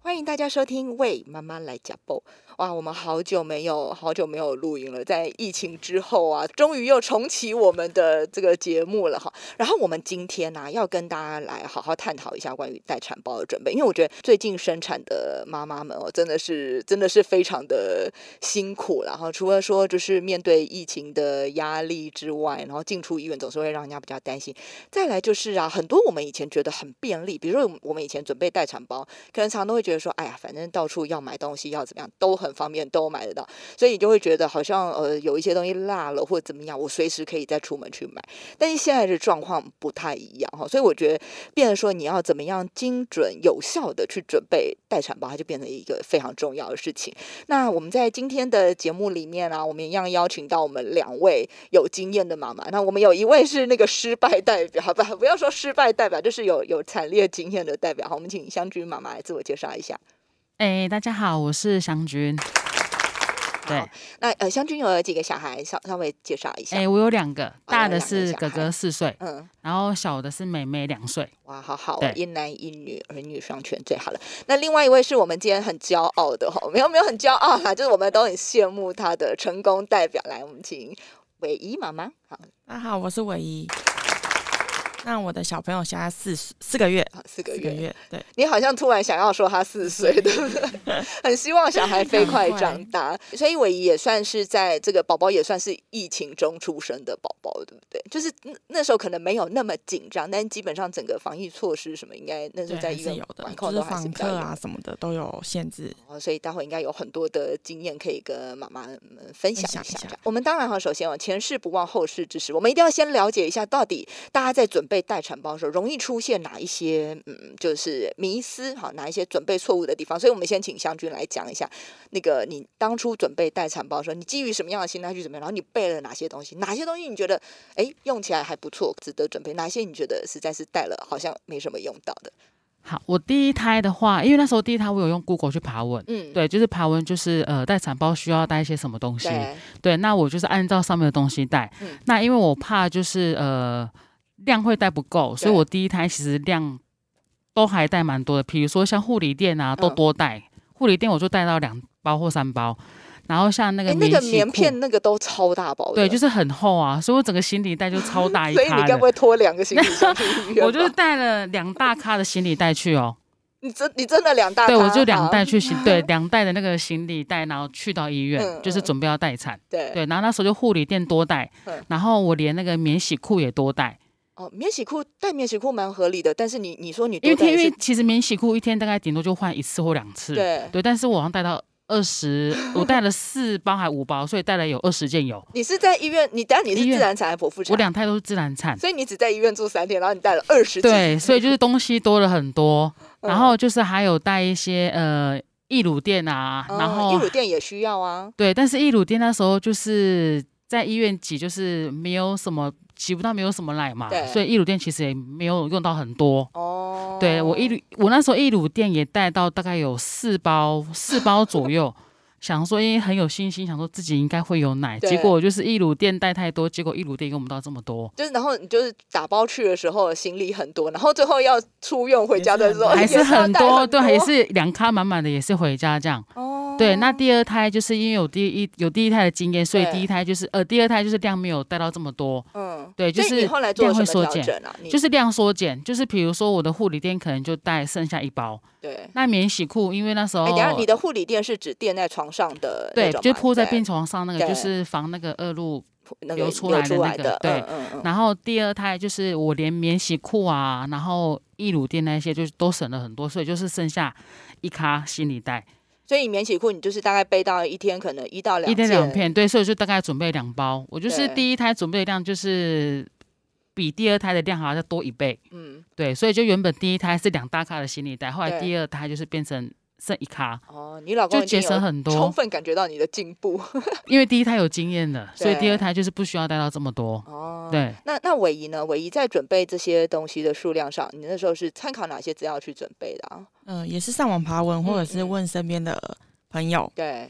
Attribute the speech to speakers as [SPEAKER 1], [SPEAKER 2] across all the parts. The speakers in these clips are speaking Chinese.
[SPEAKER 1] 欢迎大家收听《为妈妈来加爆》哇！我们好久没有好久没有录音了，在疫情之后啊，终于又重启我们的这个节目了哈。然后我们今天呢、要跟大家来好好探讨一下关于待产包的准备，因为我觉得最近生产的妈妈们哦，真的是真的是非常的辛苦啦哈。然后除了说就是面对疫情的压力之外，然后进出医院总是会让人家比较担心。再来就是啊，很多我们以前觉得很便利，比如说我们以前准备待产包，可能常常都会觉得说，哎呀，反正到处要买东西要怎么样都很方便，都买得到，所以你就会觉得好像呃有一些东西落了或者怎么样，我随时可以再出门去买。但是现在的状况不太一样哈，所以我觉得变得说你要怎么样精准有效的去准备待产包，它就变成一个非常重要的事情。那我们在今天的节目里面啊，我们一样邀请到我们两位有经验的妈妈。那我们有一位是那个失败代表，不不要说失败代表，就是有有惨烈经验的代表。好，我们请香君妈妈来自我介绍一下。
[SPEAKER 2] 哎、大家好，我是祥君。对，
[SPEAKER 1] 好那呃，香君有几个小孩？稍稍微介绍一下。
[SPEAKER 2] 哎、我有两个，
[SPEAKER 1] 哦有
[SPEAKER 2] 大的
[SPEAKER 1] 两个
[SPEAKER 2] 是
[SPEAKER 1] 小
[SPEAKER 2] 哥
[SPEAKER 1] 孩
[SPEAKER 2] 哥四岁，
[SPEAKER 1] 嗯，
[SPEAKER 2] 然后小的是妹妹两岁。
[SPEAKER 1] 哇，好好哦
[SPEAKER 2] 对，
[SPEAKER 1] 一男一女，儿女双全，最好了。那另外一位是我们今天很骄傲的哈，没有没有很骄傲啦，就是我们都很羡慕他的成功代表。来，我们请唯一妈妈，好，
[SPEAKER 3] 大家好，我是唯一。那我的小朋友现在四十四个月，
[SPEAKER 1] 好四个
[SPEAKER 3] 四
[SPEAKER 1] 月
[SPEAKER 3] 个，月，对，
[SPEAKER 1] 你好像突然想要说他四岁，对不对？ 很希望小孩飞快长大， 所以伟仪也算是在这个宝宝也算是疫情中出生的宝宝，对不对？就是那那时候可能没有那么紧张，但基本上整个防疫措施什么，应该那时
[SPEAKER 3] 对，
[SPEAKER 1] 候在
[SPEAKER 3] 还
[SPEAKER 1] 医
[SPEAKER 3] 是
[SPEAKER 1] 院
[SPEAKER 3] 有的
[SPEAKER 1] 管，
[SPEAKER 3] 就
[SPEAKER 1] 控
[SPEAKER 3] 是
[SPEAKER 1] 都还是
[SPEAKER 3] 访
[SPEAKER 1] 比较
[SPEAKER 3] 客
[SPEAKER 1] 严
[SPEAKER 3] 啊什么的都有限制。
[SPEAKER 1] 哦，所以待会应该有很多的经验可以跟妈妈们分享
[SPEAKER 3] 享
[SPEAKER 1] 一
[SPEAKER 3] 一
[SPEAKER 1] 下。
[SPEAKER 3] 下
[SPEAKER 1] 这样我们当然哈，首先哦，前事不忘后事之师，我们一定要先了解一下到底大家在准备待产包的时候容易出现哪一些嗯，就是迷思哈，哪一些准备错误的地方。所以我们先请湘君来讲一下，那个你当初准备待产包的时候，你基于什么样的心态去准备，然后你备了哪些东西，哪些东西你觉得哎用起来还不错，值得准备，哪些你觉得实在是带了好像没什么用到的，
[SPEAKER 2] 好，我第一胎的话，因为那时候第一胎我有用 Google 去爬文，
[SPEAKER 1] 嗯，
[SPEAKER 2] 对，就是爬文就是呃待产包需要带一些什么东西，
[SPEAKER 1] 对，
[SPEAKER 2] 对，那我就是按照上面的东西带。
[SPEAKER 1] 嗯
[SPEAKER 2] 那因为我怕就是呃量会带不够，所以
[SPEAKER 1] 对
[SPEAKER 2] 我第一胎其实量都还带蛮多的，比如说像护理垫啊都
[SPEAKER 1] 嗯
[SPEAKER 2] 多带，护、理垫我就带到两包或三包，然后像那个
[SPEAKER 1] 哎，那个
[SPEAKER 2] 洗
[SPEAKER 1] 棉
[SPEAKER 2] 裤
[SPEAKER 1] 片那个都超大包的，。
[SPEAKER 2] 对，就是是很厚啊，所以我整个行李袋就超大 一
[SPEAKER 1] 所以你
[SPEAKER 2] 咖
[SPEAKER 1] 该
[SPEAKER 2] 的
[SPEAKER 1] 不。会拖两个行李箱去医院吧？
[SPEAKER 2] 我就是带了两大咖的行李袋去哦，
[SPEAKER 1] 你真你真的两大
[SPEAKER 2] 对
[SPEAKER 1] 咖
[SPEAKER 2] 我就两袋
[SPEAKER 1] 好
[SPEAKER 2] 去行，对两袋的那个行李袋，然后去到医院，
[SPEAKER 1] 嗯
[SPEAKER 2] 就是
[SPEAKER 1] 嗯
[SPEAKER 2] 准备要待产，
[SPEAKER 1] 对
[SPEAKER 2] 对，然后那时候就护理垫多带
[SPEAKER 1] 嗯，
[SPEAKER 2] 然后我连那个免洗裤也多带，
[SPEAKER 1] 哦，免洗裤带免洗裤蛮合理的，但是你你说你
[SPEAKER 2] 因为
[SPEAKER 1] 多带
[SPEAKER 2] 天因
[SPEAKER 1] 一
[SPEAKER 2] 为
[SPEAKER 1] 次
[SPEAKER 2] 其实免洗裤一天大概顶多就换一次或两次，
[SPEAKER 1] 对，
[SPEAKER 2] 但是我好像带到二十，我带了四包还五包，所以带了有二十 件有，
[SPEAKER 1] 你是在医院，你当然你是
[SPEAKER 2] 医
[SPEAKER 1] 自
[SPEAKER 2] 院
[SPEAKER 1] 然产还是剖腹产？
[SPEAKER 2] 我两胎都是自然产，
[SPEAKER 1] 所以你只在医院住三天，然后你带了二十
[SPEAKER 2] 对，所以就是东西多了很多，
[SPEAKER 1] 嗯
[SPEAKER 2] 然后就是还有带一些呃义乳垫啊，然后、
[SPEAKER 1] 哦义乳垫也需要啊，
[SPEAKER 2] 对，但是义乳垫那时候就是在医院挤，就是没有什么挤不到，没有什么奶嘛
[SPEAKER 1] 对，
[SPEAKER 2] 所以义乳垫其实也没有用到很多。
[SPEAKER 1] 哦，
[SPEAKER 2] 对我义乳，我那时候义乳垫也带到大概有四包，四包左右。想说，因为很有信心，想说自己应该会有奶，
[SPEAKER 1] 对
[SPEAKER 2] 结果就是义乳垫带太多，结果义乳垫用不到这么多，
[SPEAKER 1] 就是然后你就是打包去的时候行李很多，然后最后要出院回家的时候
[SPEAKER 3] 哦
[SPEAKER 2] 还
[SPEAKER 1] 也
[SPEAKER 2] 是
[SPEAKER 1] 要
[SPEAKER 2] 很
[SPEAKER 1] 带
[SPEAKER 2] 多，
[SPEAKER 1] 很
[SPEAKER 2] 对，还是两咖满满的，也是回家这样。
[SPEAKER 1] 哦，
[SPEAKER 2] 对，那第二胎就是因为有第一有第一胎的经验，所以
[SPEAKER 1] 对
[SPEAKER 2] 第一胎就是呃第二胎就是量没有带到这么多，
[SPEAKER 1] 嗯，
[SPEAKER 2] 对就
[SPEAKER 1] 所以你
[SPEAKER 2] 是
[SPEAKER 1] 后来做了
[SPEAKER 2] 量会
[SPEAKER 1] 什么调
[SPEAKER 2] 缩减
[SPEAKER 1] 整啊？你
[SPEAKER 2] 就是量缩减，就是比如说我的护理垫可能就带剩下一包，
[SPEAKER 1] 对。
[SPEAKER 2] 那免洗裤因为那时候、
[SPEAKER 1] 嗯哎，等一下你的护理垫是指垫在床上的那
[SPEAKER 2] 哦对
[SPEAKER 1] 种吗，
[SPEAKER 2] 就铺在
[SPEAKER 1] 对
[SPEAKER 2] 病床上那个
[SPEAKER 1] 对
[SPEAKER 2] 就是防那个恶露，
[SPEAKER 1] 铺那个
[SPEAKER 2] 流出来的那个对
[SPEAKER 1] 嗯嗯嗯，
[SPEAKER 2] 然后第二胎就是我连免洗裤啊，然后义乳垫那些就都省了很多，所以就是剩下一咖行李袋，
[SPEAKER 1] 所以免洗裤你就是大概背到一天可能一到两
[SPEAKER 2] 一天两，片，对，所以我就大概准备两包，我就是
[SPEAKER 1] 对
[SPEAKER 2] 第一胎准备的量就是比第二胎的量好像再多一倍。
[SPEAKER 1] 嗯，
[SPEAKER 2] 对，所以就原本第一胎是两大咖的行李袋，后来
[SPEAKER 1] 对
[SPEAKER 2] 第二胎就是变成剩一咖，
[SPEAKER 1] 哦，你老公
[SPEAKER 2] 就
[SPEAKER 1] 已经
[SPEAKER 2] 节省
[SPEAKER 1] 有
[SPEAKER 2] 很
[SPEAKER 1] 充
[SPEAKER 2] 多。
[SPEAKER 1] 分感觉到你的进步
[SPEAKER 2] 因为第一胎有经验了，所以第
[SPEAKER 1] 对
[SPEAKER 2] 二胎就是不需要带到这么多。
[SPEAKER 1] 哦。
[SPEAKER 2] 对，
[SPEAKER 1] 那那伟仪呢？伟仪在准备这些东西的数量上，你那时候是参考哪些资料去准备的啊？
[SPEAKER 3] 嗯、也是上网爬文或
[SPEAKER 1] 嗯
[SPEAKER 3] 者是
[SPEAKER 1] 嗯
[SPEAKER 3] 问身边的朋友。
[SPEAKER 1] 对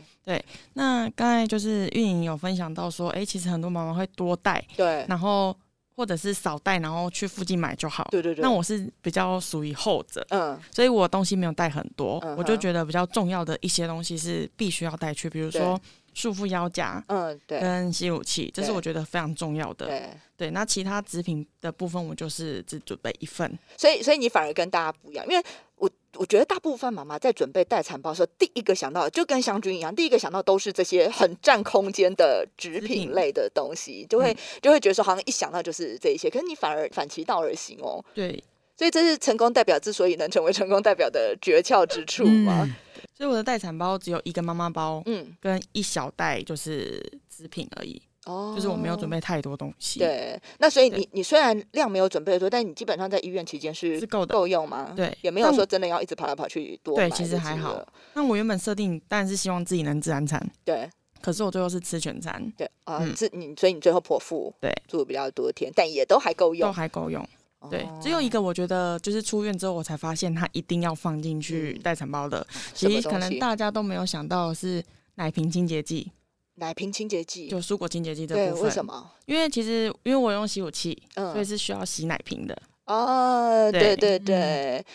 [SPEAKER 3] 那刚才就是运营有分享到说，哎、其实很多妈妈会多带，
[SPEAKER 1] 对
[SPEAKER 3] 然后或者是少带，然后去附近买就好。
[SPEAKER 1] 对对对，
[SPEAKER 3] 那我是比较属于后者，
[SPEAKER 1] 嗯
[SPEAKER 3] 所以我东西没有带很多，
[SPEAKER 1] 嗯哼
[SPEAKER 3] 我就觉得比较重要的一些东西是必须要带去，比如说束缚腰夹
[SPEAKER 1] 嗯对
[SPEAKER 3] 跟吸乳器，这是
[SPEAKER 1] 对
[SPEAKER 3] 我觉得非常重要的。
[SPEAKER 1] 对，
[SPEAKER 3] 对，那其他纸品的部分，我就是只准备一份。
[SPEAKER 1] 所以所以你反而跟大家不一样，因为我我觉得大部分妈妈在准备待产包的时候，第一个想到的就跟湘军一样，第一个想到都是这些很占空间的纸
[SPEAKER 3] 食
[SPEAKER 1] 品
[SPEAKER 3] 品嗯
[SPEAKER 1] 类的东西，就会、就会觉得说好像一想到就是这一些，可是你反而反其道而行哦，
[SPEAKER 3] 对，
[SPEAKER 1] 所以这是成功代表之所以能成为成功代表的诀窍之处嘛
[SPEAKER 2] 嗯，，
[SPEAKER 3] 所以我的待产包只有一个妈妈包，
[SPEAKER 1] 嗯，
[SPEAKER 3] 跟一小袋就是纸品而已，
[SPEAKER 1] 哦，
[SPEAKER 3] 就是我没有准。备太多东西。，
[SPEAKER 1] 对，那所以
[SPEAKER 3] 对
[SPEAKER 1] 你你虽然量没有准备得多，但你基本上在医院期间是
[SPEAKER 3] 是够的
[SPEAKER 1] 够用吗？
[SPEAKER 3] 对
[SPEAKER 1] 也没有
[SPEAKER 3] 但
[SPEAKER 1] 说真的要一直跑来跑去多
[SPEAKER 3] 对
[SPEAKER 1] 买
[SPEAKER 3] 其
[SPEAKER 1] 就
[SPEAKER 3] 实还
[SPEAKER 1] 是
[SPEAKER 3] 好
[SPEAKER 1] 了，
[SPEAKER 3] 那我原本设定当然是希望自己能自然产，
[SPEAKER 1] 对
[SPEAKER 3] 可是我最后是吃全餐，
[SPEAKER 1] 对啊，
[SPEAKER 3] 嗯
[SPEAKER 1] 是、你所以你最后剖腹
[SPEAKER 3] 对
[SPEAKER 1] 住比较多天，但也都还够
[SPEAKER 3] 都
[SPEAKER 1] 用，
[SPEAKER 3] 还够用。对，
[SPEAKER 1] 哦
[SPEAKER 3] 只有一个我觉得就是出院之后我才发现它一定要放进去
[SPEAKER 1] 嗯
[SPEAKER 3] 待产包的，
[SPEAKER 1] 什么
[SPEAKER 3] 其实可
[SPEAKER 1] 东
[SPEAKER 3] 能
[SPEAKER 1] 西
[SPEAKER 3] 大家都没有想到的是奶瓶清洁剂，
[SPEAKER 1] 奶瓶清洁剂，
[SPEAKER 3] 就蔬果清洁剂这
[SPEAKER 1] 对，
[SPEAKER 3] 部分。
[SPEAKER 1] 为什？么？
[SPEAKER 3] 因为其实因为我用洗乳器，
[SPEAKER 1] 嗯
[SPEAKER 3] 所以是需要洗奶瓶的。
[SPEAKER 1] 哦，对
[SPEAKER 3] 对嗯
[SPEAKER 1] 对对。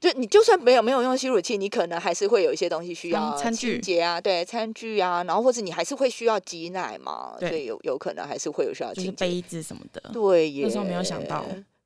[SPEAKER 1] 就你就算没有没有用吸乳器，你可能还是会有一些东西需
[SPEAKER 3] 像
[SPEAKER 1] 要
[SPEAKER 3] 嗯餐具
[SPEAKER 1] 清洁啊，对餐具啊，然后或者你还是会需要挤奶嘛，所
[SPEAKER 3] 对
[SPEAKER 1] 以有有可能还是会有需要
[SPEAKER 3] 就是
[SPEAKER 1] 啊清洁。
[SPEAKER 3] 杯子什么的。
[SPEAKER 1] 对耶，
[SPEAKER 3] 那时候没有想到，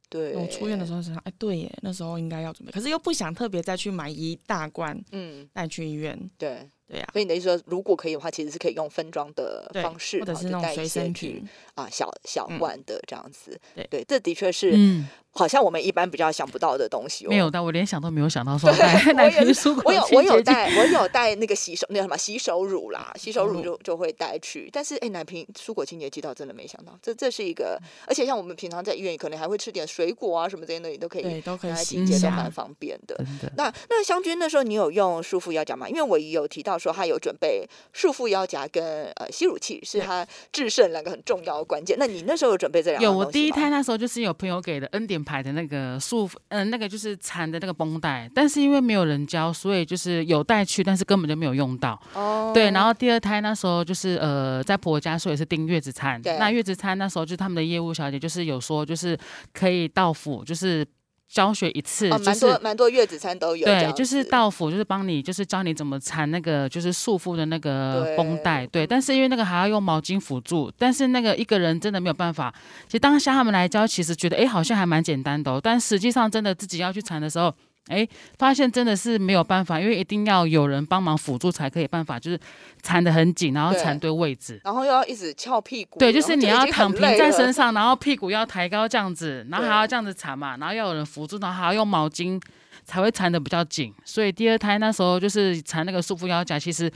[SPEAKER 1] 对，
[SPEAKER 3] 我出院的时
[SPEAKER 1] 候，
[SPEAKER 3] 候想，哎，对耶，那时候应该要准备，可是又不想特别再去买一大罐
[SPEAKER 1] 嗯，
[SPEAKER 3] 带去医院。
[SPEAKER 1] 对，
[SPEAKER 3] 对呀、
[SPEAKER 1] 所以你的意思说，如果可以的话，其实是可以用分装的
[SPEAKER 3] 对，
[SPEAKER 1] 方式，
[SPEAKER 3] 或者
[SPEAKER 1] 哈
[SPEAKER 3] 是
[SPEAKER 1] 就
[SPEAKER 3] 那
[SPEAKER 1] 带
[SPEAKER 3] 种
[SPEAKER 1] 一
[SPEAKER 3] 随
[SPEAKER 1] 些
[SPEAKER 3] 身
[SPEAKER 1] 去
[SPEAKER 3] 瓶。
[SPEAKER 1] 啊，小小
[SPEAKER 3] 嗯
[SPEAKER 1] 罐的这样子，
[SPEAKER 3] 对
[SPEAKER 1] 对，这的确是、
[SPEAKER 2] 嗯，
[SPEAKER 1] 好像我们一般比较想不到的东西、哦。
[SPEAKER 2] 没有，但我连想都没有想到说 带
[SPEAKER 1] 我
[SPEAKER 2] 奶
[SPEAKER 1] 也
[SPEAKER 2] 瓶蔬
[SPEAKER 1] 我
[SPEAKER 2] 果
[SPEAKER 1] 有
[SPEAKER 2] 清
[SPEAKER 1] 我有
[SPEAKER 2] 洁剂，
[SPEAKER 1] 带我有带那个洗手那个什么洗手乳啦，洗手
[SPEAKER 2] 哦
[SPEAKER 1] 乳
[SPEAKER 3] 手
[SPEAKER 1] 就就会带去。但是哎，奶瓶蔬果清洁剂倒真的没想到，这这是一个，
[SPEAKER 2] 嗯
[SPEAKER 1] 而且像我们平常在医院可能还会吃点水果啊什么这些东西都可以
[SPEAKER 3] 对，都可
[SPEAKER 1] 拿
[SPEAKER 3] 以
[SPEAKER 1] 来
[SPEAKER 3] 洗
[SPEAKER 1] 清
[SPEAKER 3] 一
[SPEAKER 1] 洁，都
[SPEAKER 2] 下
[SPEAKER 1] 蛮
[SPEAKER 3] 下。
[SPEAKER 1] 方便的。
[SPEAKER 2] 真的，
[SPEAKER 1] 那那湘君那时候你有用束缚腰夹吗？因为我也有提到说他有准备束缚腰夹跟呃吸乳器是
[SPEAKER 3] 对
[SPEAKER 1] 他制胜两个很重要的关键。那你那时候有准备这两
[SPEAKER 2] 有
[SPEAKER 1] 样
[SPEAKER 2] 我
[SPEAKER 1] 东
[SPEAKER 2] 第
[SPEAKER 1] 西
[SPEAKER 2] 一
[SPEAKER 1] 吗
[SPEAKER 2] 胎那时候就是有朋友给的恩典牌的那个束缚，嗯、那个就是缠的那个绷带，但是因为没有人教，所以就是有带去，但是根本就没有用到。
[SPEAKER 1] 哦，
[SPEAKER 2] 对，然后第二胎那时候就是呃，在婆家，所以是订月子餐。
[SPEAKER 1] 对
[SPEAKER 2] 那月子餐那时候就是他们的业务小姐就是有说，就是可以到府，就是教学一次，
[SPEAKER 1] 哦，
[SPEAKER 2] 就
[SPEAKER 1] 蛮
[SPEAKER 2] 是
[SPEAKER 1] 多蛮多月子餐都有这样
[SPEAKER 2] 对，
[SPEAKER 1] 子，
[SPEAKER 2] 就是到府，就是帮你，就是教你怎么缠那个，就是束缚的那个
[SPEAKER 1] 对
[SPEAKER 2] 绷带。对，但是因为那个还要用毛巾辅助，但是那个一个人真的没有办法。其实当下他们来教，其实觉得哎、诶好像还蛮简单的、哦，但实际上真的自己要去缠的时候。哎，发现真的是没有办法，因为一定要有人帮忙辅助才可以办法，就是缠得很紧，然后
[SPEAKER 1] 对
[SPEAKER 2] 缠对位置。
[SPEAKER 1] 然后又要一直翘屁股，
[SPEAKER 2] 对，就
[SPEAKER 1] 然后
[SPEAKER 2] 是你要
[SPEAKER 1] 已经
[SPEAKER 2] 躺
[SPEAKER 1] 很
[SPEAKER 2] 平
[SPEAKER 1] 累
[SPEAKER 2] 在
[SPEAKER 1] 了
[SPEAKER 2] 身上，然后屁股要抬高这样子，然后还
[SPEAKER 1] 对
[SPEAKER 2] 要这样子缠嘛，然后要有人扶住，然后还要用毛巾才会缠的比较紧。所以第二胎那时候就是缠那个束缚腰夹，其实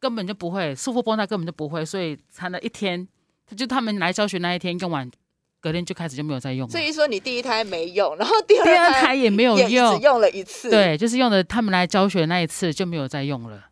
[SPEAKER 2] 根本就不会束缚绷带，根本就不会，所以缠了一天，就他们来教学那一天用完，隔天就开始就没有再用了。
[SPEAKER 1] 所以说你第一胎没用，然后第二
[SPEAKER 2] 第二胎也没有
[SPEAKER 1] 也只
[SPEAKER 2] 用，
[SPEAKER 1] 用了一次，
[SPEAKER 2] 对，就是用的他们来教学那一次就没有再用了。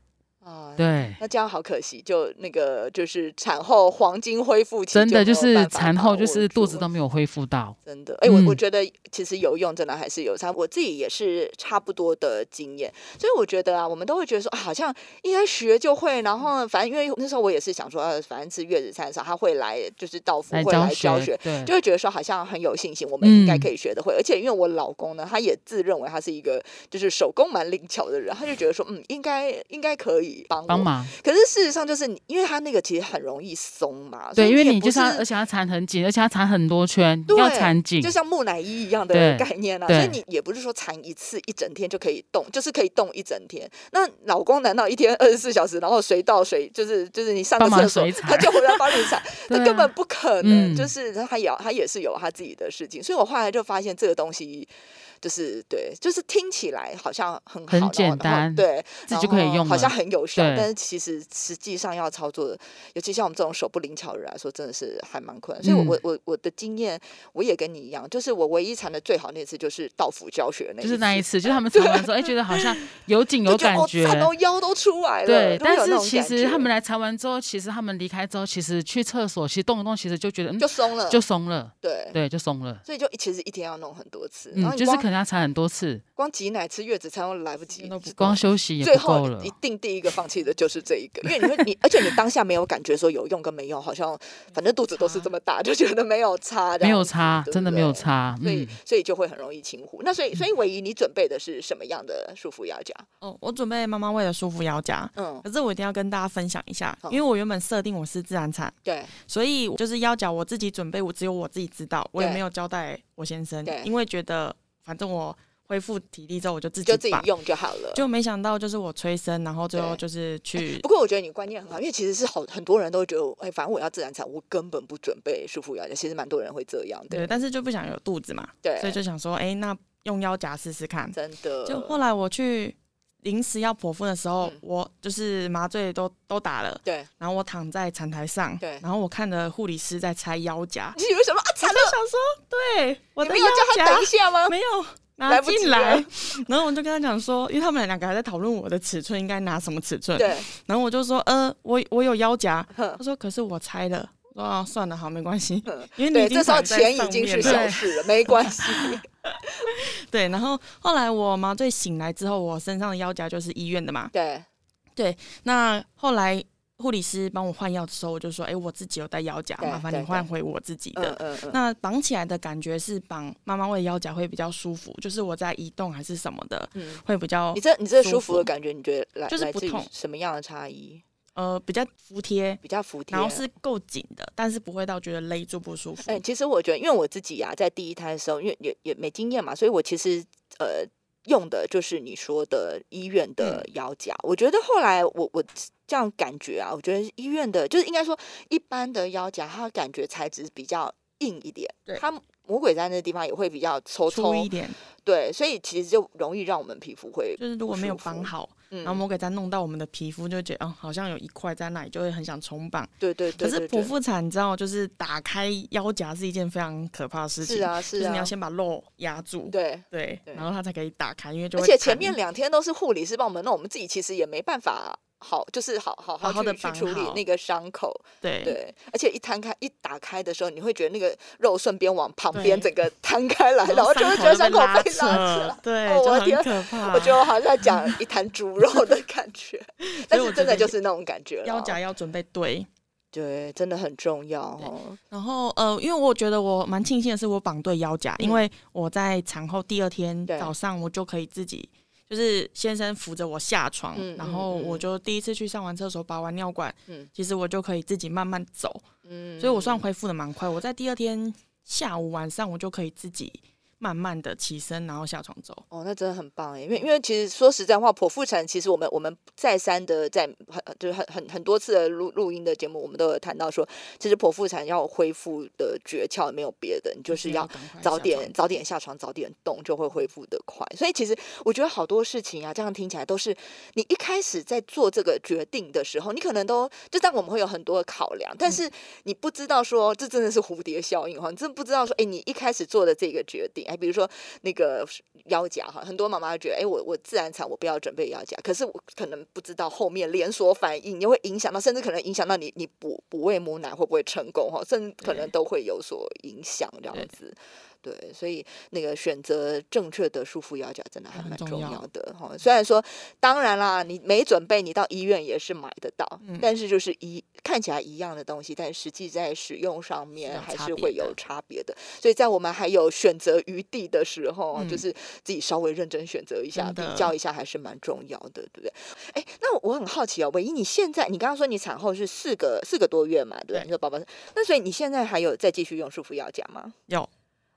[SPEAKER 1] 啊，
[SPEAKER 2] 对，
[SPEAKER 1] 那这样好可惜，就那个就是产后黄金恢复期，
[SPEAKER 2] 真的
[SPEAKER 1] 就
[SPEAKER 2] 就
[SPEAKER 1] 没有
[SPEAKER 2] 是
[SPEAKER 1] 办法
[SPEAKER 2] 产后就
[SPEAKER 1] 把握
[SPEAKER 2] 是肚子
[SPEAKER 1] 住
[SPEAKER 2] 都没有恢复到。
[SPEAKER 1] 真的，哎、我我
[SPEAKER 2] 嗯
[SPEAKER 1] 觉得其实有用，真的还是有差。我自己也是差不多的经验，所以我觉得啊，我们都会觉得说，啊、好像应该学就会，然后反正因为那时候我也是想说，呃、反正吃月子餐的时候他会来，就是到府
[SPEAKER 2] 来
[SPEAKER 1] 会来
[SPEAKER 2] 教
[SPEAKER 1] 教
[SPEAKER 2] 学嗯
[SPEAKER 1] 学，
[SPEAKER 2] 对
[SPEAKER 1] 就会觉得说好像很有信心，我们应该可以学得会。而且因为我老公呢，他也自认为他是一个就是手工蛮灵巧的人，他就觉得说，嗯，应该应该可以帮我
[SPEAKER 2] 帮。忙，
[SPEAKER 1] 可是事实上就是你，因为他那个其实很容易松嘛，所以
[SPEAKER 2] 对，因为
[SPEAKER 1] 也
[SPEAKER 2] 你
[SPEAKER 1] 不
[SPEAKER 2] 就是要，
[SPEAKER 1] 是
[SPEAKER 2] 而且要缠很紧，而且要缠很多圈，
[SPEAKER 1] 对
[SPEAKER 2] 要缠紧，
[SPEAKER 1] 就像木乃伊一样的
[SPEAKER 2] 对
[SPEAKER 1] 概念啊，所以
[SPEAKER 2] 对
[SPEAKER 1] 你也不是说缠一次一整天就可以动，就是可以动一整天。那老公难道一天二十四小时，然后谁到谁就是就是你上个
[SPEAKER 2] 帮忙
[SPEAKER 1] 厕所
[SPEAKER 2] 水
[SPEAKER 1] 他
[SPEAKER 2] 踩
[SPEAKER 1] 就回来帮你 踩，
[SPEAKER 2] 对
[SPEAKER 1] 那
[SPEAKER 2] 啊
[SPEAKER 1] 根本不可能。
[SPEAKER 2] 嗯
[SPEAKER 1] 就是他也要他也是有他自己的事情，所以我后来就发现这个东西。就是对，就是听起来好像很好，
[SPEAKER 2] 很
[SPEAKER 1] 然后
[SPEAKER 2] 简
[SPEAKER 1] 然后
[SPEAKER 2] 单
[SPEAKER 1] 对，
[SPEAKER 2] 自己
[SPEAKER 1] 然
[SPEAKER 2] 就可以
[SPEAKER 1] 后
[SPEAKER 2] 用
[SPEAKER 1] 好像
[SPEAKER 2] 了
[SPEAKER 1] 很有效，
[SPEAKER 2] 对
[SPEAKER 1] 但是其实实际上要操作的，尤其像我们这种手不灵巧的人来说，真的是还蛮困难。所以
[SPEAKER 2] 嗯
[SPEAKER 1] 我，我我我的经验，我也跟你一样，就是我唯一缠的最好那次就是道府教学那一次，
[SPEAKER 2] 就是那一次，就是他们缠 完之后，哎，觉得好像有紧有
[SPEAKER 1] 就觉
[SPEAKER 2] 感
[SPEAKER 1] 得
[SPEAKER 2] 觉
[SPEAKER 1] 哦，，缠到腰都出来了。
[SPEAKER 2] 对。
[SPEAKER 1] 都会
[SPEAKER 2] 但
[SPEAKER 1] 有那
[SPEAKER 2] 是
[SPEAKER 1] 种
[SPEAKER 2] 其
[SPEAKER 1] 感
[SPEAKER 2] 实
[SPEAKER 1] 觉
[SPEAKER 2] 他们来缠完之后，其实他们离开之后，其实去厕所，其实动一动，其实就觉得嗯
[SPEAKER 1] 就松了，
[SPEAKER 2] 就松了，
[SPEAKER 1] 对
[SPEAKER 2] 对，就松了，
[SPEAKER 1] 所以就其实一天要弄很多次，然
[SPEAKER 2] 嗯
[SPEAKER 1] 后，你
[SPEAKER 2] 就是
[SPEAKER 1] 光
[SPEAKER 2] 可能要产很多次，
[SPEAKER 1] 光挤奶吃月子餐都来不及
[SPEAKER 3] 真，的不
[SPEAKER 2] 光休息也
[SPEAKER 1] 最
[SPEAKER 2] 不够
[SPEAKER 1] 后
[SPEAKER 2] 了
[SPEAKER 1] 一。定第一个放弃的就是这一个，因为你会你，而且你当下没有感觉说有用跟没用，好像反正肚子都是这么大，就觉得没有差，
[SPEAKER 2] 没有差
[SPEAKER 1] 对，不
[SPEAKER 2] 真的没有
[SPEAKER 1] 对
[SPEAKER 2] 差。
[SPEAKER 1] 所以
[SPEAKER 2] 嗯，
[SPEAKER 1] 所以就会很容易轻忽。那所以所以唯一你准备的是什么样的舒服药夹？
[SPEAKER 3] 哦，我准备妈妈为了舒服腰夹，
[SPEAKER 1] 嗯，
[SPEAKER 3] 可是我一定要跟大家分享一下，
[SPEAKER 1] 好
[SPEAKER 3] 因为我原本设定我是自然产，
[SPEAKER 1] 对
[SPEAKER 3] 所以就是腰夹我自己准备，我只有我自己知道，我也
[SPEAKER 1] 对
[SPEAKER 3] 没有交代我先生
[SPEAKER 1] 对，
[SPEAKER 3] 因为觉得反正我恢复体力之后我就自己
[SPEAKER 1] 就自己
[SPEAKER 3] 绑
[SPEAKER 1] 用就好了。
[SPEAKER 3] 就没想到就是我催生，然后最后
[SPEAKER 1] 对哎
[SPEAKER 3] 就是去
[SPEAKER 1] 不过我觉得你观念很好，因为其实是好很多人都觉得，哎，反正我要自然产，我根本不准备舒服药夹。其实蛮多人会这样
[SPEAKER 3] 对，
[SPEAKER 1] 的，
[SPEAKER 3] 但是就不想有肚子嘛，
[SPEAKER 1] 对
[SPEAKER 3] 所以就想说，哎、那用腰夹试试看。
[SPEAKER 1] 真的。
[SPEAKER 3] 就后来我去临时要剖腹的时候，
[SPEAKER 1] 嗯
[SPEAKER 3] 我就是麻醉都都打了，
[SPEAKER 1] 对，
[SPEAKER 3] 然后我躺在产台上，
[SPEAKER 1] 对
[SPEAKER 3] 然后我看着护理师在拆腰夹，
[SPEAKER 1] 你为什么啊？
[SPEAKER 3] 我
[SPEAKER 1] 惨
[SPEAKER 3] 就
[SPEAKER 1] 了，
[SPEAKER 3] 想说，对，我
[SPEAKER 1] 你
[SPEAKER 3] 的
[SPEAKER 1] 们要叫
[SPEAKER 3] 夹
[SPEAKER 1] 他等一下吗？
[SPEAKER 3] 没有。拿
[SPEAKER 1] 来不及
[SPEAKER 3] 进来
[SPEAKER 1] 了，
[SPEAKER 3] 然后我就跟他讲说，因为他们两个还在讨论我的尺寸应该拿什么尺寸，
[SPEAKER 1] 对，
[SPEAKER 3] 然后我就说，呃，我我有腰夹，
[SPEAKER 1] 哼
[SPEAKER 3] 他说可是我拆了，我说啊算了，好没关系，
[SPEAKER 1] 嗯
[SPEAKER 3] 因为你
[SPEAKER 1] 对，
[SPEAKER 3] 已经
[SPEAKER 1] 这时候
[SPEAKER 3] 躺在
[SPEAKER 1] 钱已
[SPEAKER 3] 上
[SPEAKER 1] 经
[SPEAKER 3] 面
[SPEAKER 1] 是
[SPEAKER 3] 了
[SPEAKER 1] 小事了，没关 系。
[SPEAKER 3] 对，然后后来我麻醉醒来之后，我身上的腰夹就是医院的嘛。
[SPEAKER 1] 对，
[SPEAKER 3] 那后来护理师帮我换药的时候，我就说：“哎，我自己有带腰夹，
[SPEAKER 1] 对
[SPEAKER 3] 麻烦
[SPEAKER 1] 对
[SPEAKER 3] 你换回我自己
[SPEAKER 1] 嗯
[SPEAKER 3] 的。
[SPEAKER 1] 嗯嗯，
[SPEAKER 3] 那绑起来的感觉是绑妈妈喂腰夹会比较舒服，就是我在移动还是什么的，
[SPEAKER 1] 嗯，
[SPEAKER 3] 会比较
[SPEAKER 1] 你这你这
[SPEAKER 3] 舒
[SPEAKER 1] 舒服的
[SPEAKER 3] 服
[SPEAKER 1] 感觉，你觉得来
[SPEAKER 3] 就是
[SPEAKER 1] 来
[SPEAKER 3] 不
[SPEAKER 1] 自于
[SPEAKER 3] 痛
[SPEAKER 1] 什么样的差异？
[SPEAKER 3] 呃比较服帖，
[SPEAKER 1] 比较服帖，
[SPEAKER 3] 然后是够紧的，但是不会到觉得勒住不舒服。
[SPEAKER 1] 哎、其实我觉得，因为我自己呀、在第一胎的时候，因为也也没经验嘛，所以我其实呃用的就是你说的医院的
[SPEAKER 3] 嗯
[SPEAKER 1] 腰夹。我觉得后来我我这样感觉啊，我觉得医院的就是应该说一般的腰夹，它感觉材质比较硬一点，
[SPEAKER 3] 对
[SPEAKER 1] 它魔鬼在那地方也会比较抽抽
[SPEAKER 3] 粗，一点，
[SPEAKER 1] 对，所以其实就容易让我们皮肤会
[SPEAKER 3] 就是如果没有
[SPEAKER 1] 舒服
[SPEAKER 3] 绑好，
[SPEAKER 1] 嗯
[SPEAKER 3] 然后魔鬼粘弄到我们的皮肤，就会觉得哦，好像有一块在那里，就会很想重绑。
[SPEAKER 1] 对对对
[SPEAKER 3] 可
[SPEAKER 1] 对
[SPEAKER 3] 是
[SPEAKER 1] 对
[SPEAKER 3] 剖腹产，你知道，就是打开腰夹是一件非常可怕的事情，
[SPEAKER 1] 是啊是
[SPEAKER 3] 就是
[SPEAKER 1] 啊，
[SPEAKER 3] 你要先把肉压住，
[SPEAKER 1] 对。
[SPEAKER 3] 对
[SPEAKER 1] 对
[SPEAKER 3] 然后它才可以打开，因为就
[SPEAKER 1] 而
[SPEAKER 3] 会
[SPEAKER 1] 且前
[SPEAKER 3] 弹
[SPEAKER 1] 面两天都是护理师帮我们弄，我们自己其实也没办法好，就是好好
[SPEAKER 3] 好好
[SPEAKER 1] 去
[SPEAKER 3] 地
[SPEAKER 1] 去
[SPEAKER 3] 绑
[SPEAKER 1] 处理
[SPEAKER 3] 好
[SPEAKER 1] 那个伤口。
[SPEAKER 3] 对
[SPEAKER 1] 对，而且一摊开一打开的时候，你会觉得那个肉顺便往旁
[SPEAKER 3] 对
[SPEAKER 1] 边整个摊开来，然后就会觉得伤口被
[SPEAKER 3] 伤
[SPEAKER 1] 拉扯
[SPEAKER 3] 口就被拉扯，对，
[SPEAKER 1] 哦我的
[SPEAKER 3] 就
[SPEAKER 1] 天
[SPEAKER 3] 很可怕。
[SPEAKER 1] 我觉得我好像在讲一摊猪肉的感觉， 但
[SPEAKER 3] 我
[SPEAKER 1] 是
[SPEAKER 3] 觉
[SPEAKER 1] 真的
[SPEAKER 3] 得
[SPEAKER 1] 就是那种感觉了。
[SPEAKER 3] 腰夹要准备对，
[SPEAKER 1] 对，真的很重要哦。
[SPEAKER 3] 然后呃，因为我觉得我蛮庆幸的是我绑对腰夹，因为我在产后第二天
[SPEAKER 1] 嗯对
[SPEAKER 3] 早上我就可以自己。就是先生扶着我下床，
[SPEAKER 1] 嗯
[SPEAKER 3] 然
[SPEAKER 1] 嗯
[SPEAKER 3] 后
[SPEAKER 1] 嗯
[SPEAKER 3] 我就第一次去上完厕所，拔完尿管，
[SPEAKER 1] 嗯
[SPEAKER 3] 其实我就可以自己慢慢走，
[SPEAKER 1] 嗯，
[SPEAKER 3] 所以我算恢复的蛮快。我在第二天下午晚上，我就可以自己慢慢的起身，然后下床走。
[SPEAKER 1] 哦，那真的很棒哎，因为因为其实说实在话，剖腹产其实我们我们再三的在很就是很很很多次的录录音的节目，我们都有谈到说，其实剖腹产要恢复的诀窍没有别的，你就是要
[SPEAKER 3] 赶快
[SPEAKER 1] 早
[SPEAKER 3] 下
[SPEAKER 1] 点
[SPEAKER 3] 床
[SPEAKER 1] 早点下床，早点动，就会恢复的快。所以其实我觉得好多事情啊，这样听起来都是你一开始在做这个决定的时候，你可能都就当然我们会有很多的考量，但是你不知道说这真的是蝴蝶效应哈，你真不知道说哎，你一开始做的这个决定，哎，比如说那个腰夹哈，很多妈妈觉得哎，我我自然产我不要准备腰夹，可是我可能不知道后面连锁反应，也会影响到，甚至可能影响到你你补补喂母奶会不会成功哈，甚至可能都会有所影响这样
[SPEAKER 3] 对
[SPEAKER 1] 子。对，所以那个选择正确的舒服腰夹真的还
[SPEAKER 3] 很
[SPEAKER 1] 蛮
[SPEAKER 3] 重
[SPEAKER 1] 重
[SPEAKER 3] 要
[SPEAKER 1] 要的哈。虽然说，当然啦，你没准备，你到医院也是买得到，
[SPEAKER 3] 嗯
[SPEAKER 1] 但是就是一看起来一样的东西，但实际在使用上面
[SPEAKER 3] 有
[SPEAKER 1] 还
[SPEAKER 3] 差
[SPEAKER 1] 是
[SPEAKER 3] 别
[SPEAKER 1] 会
[SPEAKER 3] 的
[SPEAKER 1] 有差别的。所以在我们还有选择余地的时候，
[SPEAKER 3] 嗯
[SPEAKER 1] 就是自己稍微认真选择一下，
[SPEAKER 3] 真
[SPEAKER 1] 比
[SPEAKER 3] 的
[SPEAKER 1] 较一下还是蛮重要的，对不对？哎，那我很好奇哦，唯一你现在你刚刚说你产后是四个四个多月嘛，对不对？
[SPEAKER 3] 对
[SPEAKER 1] 你说宝宝，那所以你现在还有再继续用舒服腰夹吗？
[SPEAKER 3] 有。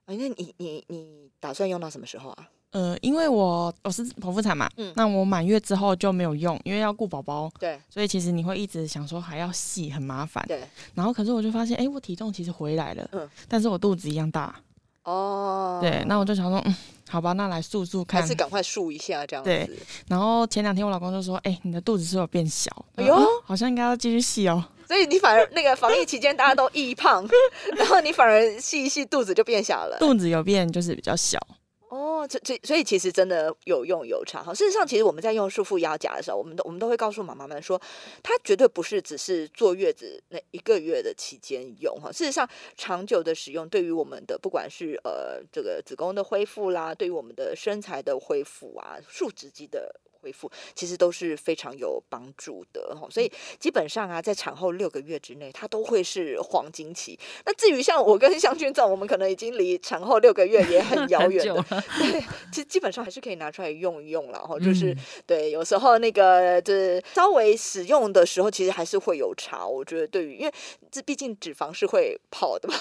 [SPEAKER 1] 哎，那你你你打算用到什么时候啊？
[SPEAKER 3] 呃，因为我我是剖腹产嘛，
[SPEAKER 1] 嗯
[SPEAKER 3] 那我满月之后就没有用，因为要顾宝宝，
[SPEAKER 1] 对
[SPEAKER 3] 所以其实你会一直想说还要细，很麻烦。
[SPEAKER 1] 对，
[SPEAKER 3] 然后可是我就发现，哎、我体重其实回来了，
[SPEAKER 1] 嗯
[SPEAKER 3] 但是我肚子一样大，
[SPEAKER 1] 哦，
[SPEAKER 3] 对，那我就想说，嗯，好吧，那来速速
[SPEAKER 1] 还
[SPEAKER 3] 看
[SPEAKER 1] 是。赶快漱一下这样
[SPEAKER 3] 对
[SPEAKER 1] 子。
[SPEAKER 3] 然后前两天我老公就说，哎、你的肚子是不是有变小，
[SPEAKER 1] 哎
[SPEAKER 3] 哎
[SPEAKER 1] 呦
[SPEAKER 3] 呦、好像应该要继续细 哦。
[SPEAKER 1] 所以你反而那个防疫期间大家都 易胖，然后你反而细一细肚子就变小了。
[SPEAKER 3] 肚子有变，就是比较小。
[SPEAKER 1] 哦，这这所以其实真的有用有差哈。事实上，其实我们在用束缚腰夹的时候，我们都我们都会告诉妈妈们说，它绝对不是只是坐月子那一个月的期间用哈。事实上，长久的使用对于我们的不管是呃这个子宫的恢复啦，对于我们的身材的恢复啊，竖直肌的。恢复其实都是非常有帮助的哈，所以基本上啊，在产后六个月之内，它都会是黄金期。那至于像我跟香君这种，我们可能已经离产后六个月也很遥
[SPEAKER 2] 很
[SPEAKER 1] 远
[SPEAKER 2] 久
[SPEAKER 1] 的，
[SPEAKER 2] 了，
[SPEAKER 1] 对，其实基本上还是可以拿出来用一用啦，然后就是、
[SPEAKER 2] 嗯
[SPEAKER 1] 对，有时候那个就是稍微使用的时候，其实还是会有差。我觉得对于，因为这毕竟脂肪是会跑的嘛，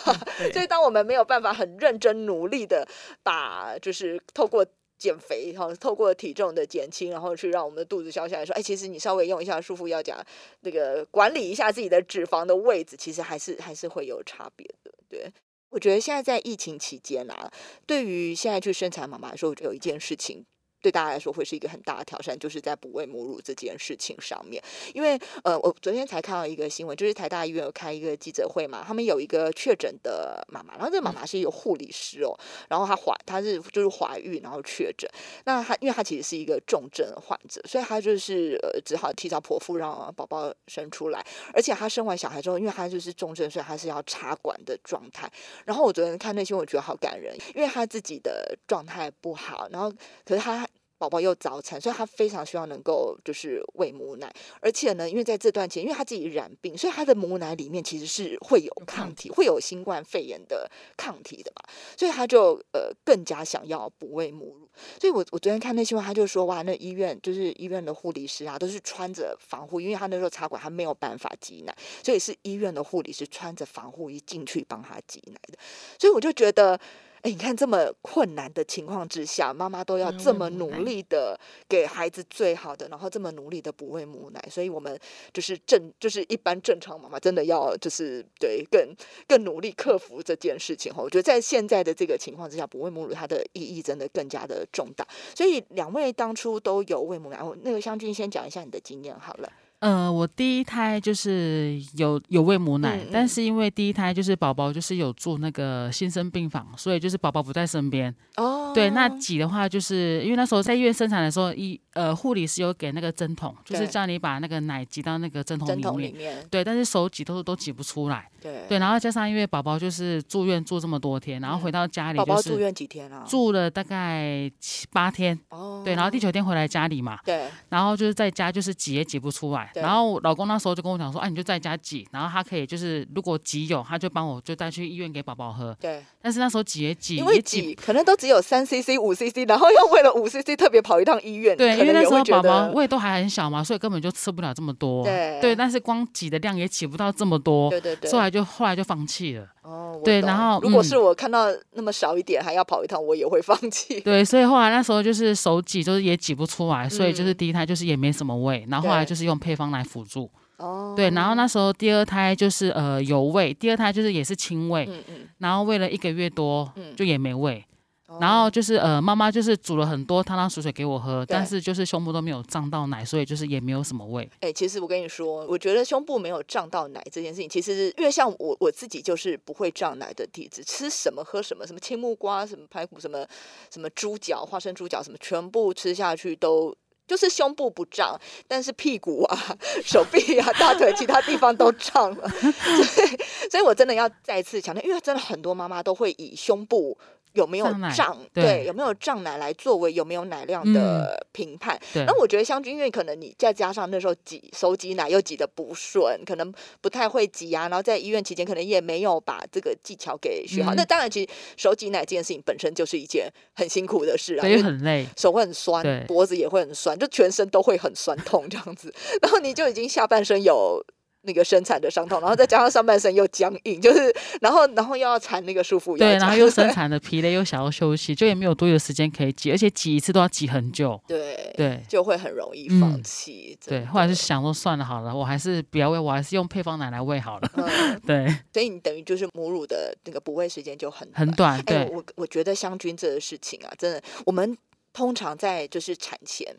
[SPEAKER 1] 所以当我们没有办法很认真努力的把，就是透过。减肥，然后透过体重的减轻，然后去让我们的肚子消下来，说，哎，其实你稍微用一下束缚腰夹，那个管理一下自己的脂肪的位置，其实还是还是会有差别的。对，我觉得现在在疫情期间啊，对于现在去生产妈妈来说，我觉得有一件事情。对大家来说会是一个很大的挑战，就是在哺喂母乳这件事情上面。因为呃，我昨天才看到一个新闻，就是台大医院有开一个记者会嘛，他们有一个确诊的妈妈，然后这个妈妈是一个护理师哦，然后她怀她是就是怀孕然后确诊，那她因为她其实是一个重症患者，所以她就是呃只好提早剖腹让宝宝生出来，而且她生完小孩之后，因为她就是重症，所以她是要插管的状态。然后我昨天看那新闻，我觉得好感人，因为她自己的状态不好，然后可是她。宝宝又早产，所以她非常希望能够就是喂母奶，而且呢，因为在这段期间，因为她自己染病，所以她的母奶里面其实是会有抗体，会有新冠肺炎的抗体的嘛，所以她就呃更加想要不喂母乳。所以我我昨天看那新闻，他就说哇，那医院就是医院的护理师啊，都是穿着防护衣，因为他那时候插管，他没有办法挤奶，所以是医院的护理师穿着防护衣进去帮他挤奶的。所以我就觉得，哎，你看这么困难的情况之下，妈妈都要
[SPEAKER 3] 嗯
[SPEAKER 1] 这
[SPEAKER 3] 喂
[SPEAKER 1] 么
[SPEAKER 3] 母
[SPEAKER 1] 努
[SPEAKER 3] 奶
[SPEAKER 1] 力的给孩子最好的，然后这么努力的不喂母奶，所以我们就是正就是一般正常妈妈真的要就是对更更努力克服这件事情哈。我觉得在现在的这个情况之下，不喂母乳它的意义真的更加的重大。所以两位当初都有喂母奶，我那个湘君先讲一下你的经验好了。
[SPEAKER 2] 呃，我第一胎就是有有喂母奶，
[SPEAKER 1] 嗯嗯
[SPEAKER 2] 但是因为第一胎就是宝宝就是有住那个新生病房，所以就是宝宝不在身边。
[SPEAKER 1] 哦
[SPEAKER 2] 对，那挤的话，就是因为那时候在医院生产的时候，医呃护理师有给那个针筒，就是
[SPEAKER 1] 对
[SPEAKER 2] 叫你把那个奶挤到那个针筒
[SPEAKER 1] 针
[SPEAKER 2] 里
[SPEAKER 1] 筒里
[SPEAKER 2] 面。
[SPEAKER 1] 面，
[SPEAKER 2] 对，但是手挤都都挤不出来。
[SPEAKER 1] 对嗯
[SPEAKER 2] 对，然后加上因为宝宝就是住院住这么多天，然后回到家里
[SPEAKER 1] 宝宝
[SPEAKER 2] 就
[SPEAKER 1] 住
[SPEAKER 2] 是
[SPEAKER 1] 院几天啊？
[SPEAKER 2] 住了大概七八天，
[SPEAKER 1] 哦，
[SPEAKER 2] 对，然后第九天回来家里嘛，
[SPEAKER 1] 对
[SPEAKER 2] 然后就是在家就是挤也挤不出来，
[SPEAKER 1] 对
[SPEAKER 2] 然后我老公那时候就跟我讲说，啊，你就在家挤，然后他可以就是如果挤有，他就帮我就带去医院给宝宝喝，
[SPEAKER 1] 对，
[SPEAKER 2] 但是那时候挤也挤
[SPEAKER 1] 因为
[SPEAKER 2] 也挤
[SPEAKER 1] 挤可能都只有三 CC、五 CC，然后又为了五 CC 特别跑一趟医院，
[SPEAKER 2] 对，
[SPEAKER 1] 可
[SPEAKER 2] 因为
[SPEAKER 1] 能
[SPEAKER 2] 那
[SPEAKER 1] 也
[SPEAKER 2] 时
[SPEAKER 1] 会
[SPEAKER 2] 候
[SPEAKER 1] 觉
[SPEAKER 2] 宝宝
[SPEAKER 1] 得
[SPEAKER 2] 胃都还很小嘛，所以根本就吃不了这么多。
[SPEAKER 1] 对
[SPEAKER 2] 但是光挤的量也挤不到这么多，
[SPEAKER 1] 对对对，
[SPEAKER 2] 所以后来就后来就放弃了。
[SPEAKER 1] 哦，我
[SPEAKER 2] 对
[SPEAKER 1] 懂
[SPEAKER 2] 然后
[SPEAKER 1] 如果
[SPEAKER 2] 嗯
[SPEAKER 1] 是我看到那么少一点还要跑一趟，我也会放弃。
[SPEAKER 2] 对，所以后来那时候就是手挤，就是也挤不出来，所以就是
[SPEAKER 1] 嗯
[SPEAKER 2] 第一胎就是也没什么喂，然后后来
[SPEAKER 1] 对
[SPEAKER 2] 就是用配方来辅助。
[SPEAKER 1] 哦，
[SPEAKER 2] 对，然后那时候第二胎就是呃有喂，第二胎就是也是亲喂，
[SPEAKER 1] 嗯嗯，
[SPEAKER 2] 然后喂了一个月多
[SPEAKER 1] 嗯
[SPEAKER 2] 就也没喂，
[SPEAKER 1] 哦
[SPEAKER 2] 然后就是呃妈妈就是煮了很多汤汤水水给我喝，但
[SPEAKER 1] 对
[SPEAKER 2] 是就是胸部都没有胀到奶，所以就是也没有什么喂。
[SPEAKER 1] 哎、其实我跟你说，我觉得胸部没有胀到奶这件事情，其实因为像我我自己就是不会胀奶的体质，吃什么喝什么，什么青木瓜、什么排骨、什么什么猪脚、花生猪脚，什么全部吃下去都。就是胸部不胀，但是屁股啊、 手臂啊、大腿其他地方都胀了， 所以，所以我真的要再次强调，因为真的很多妈妈都会以胸部有没有
[SPEAKER 2] 胀奶
[SPEAKER 1] 胀，
[SPEAKER 2] 对嗯
[SPEAKER 1] 对，有没有胀奶来作为有没有奶量的评判。
[SPEAKER 2] 对，
[SPEAKER 1] 那我觉得香君，因为可能你再加上那时候挤手挤奶又挤得不顺，可能不太会挤啊，然后在医院期间可能也没有把这个技巧给学好。
[SPEAKER 2] 嗯
[SPEAKER 1] 那当然，其实手挤奶这件事情本身就是一件很辛苦的事啊，
[SPEAKER 2] 对，
[SPEAKER 1] 因为
[SPEAKER 2] 也很累。
[SPEAKER 1] 手会很酸
[SPEAKER 2] 对，
[SPEAKER 1] 脖子也会很酸，就全身都会很酸痛这样子。然后你就已经下半身有那个生产的伤痛，然后再加上上半身又僵硬，就是然后然后又要缠那个束缚腰
[SPEAKER 2] 对，
[SPEAKER 1] 夹
[SPEAKER 2] 然 后又生
[SPEAKER 1] 对
[SPEAKER 2] 产的疲累，又想要休息，就也没有多余的时间可以挤，而且挤一次都要挤很久。
[SPEAKER 1] 对
[SPEAKER 2] 对
[SPEAKER 1] 就会很容易
[SPEAKER 2] 嗯
[SPEAKER 1] 放弃。真
[SPEAKER 2] 对，后来就
[SPEAKER 1] 的
[SPEAKER 2] 想说算了好了，我还是不要喂，我还是用配方奶来喂好 了。
[SPEAKER 1] 嗯，
[SPEAKER 2] 对，
[SPEAKER 1] 所以你等于就是母乳的那个哺喂时间就很
[SPEAKER 2] 很
[SPEAKER 1] 短。
[SPEAKER 2] 短，
[SPEAKER 1] 哎、
[SPEAKER 2] 对，
[SPEAKER 1] 我我觉得香君这个事情啊，真的，我们通常在就是产前。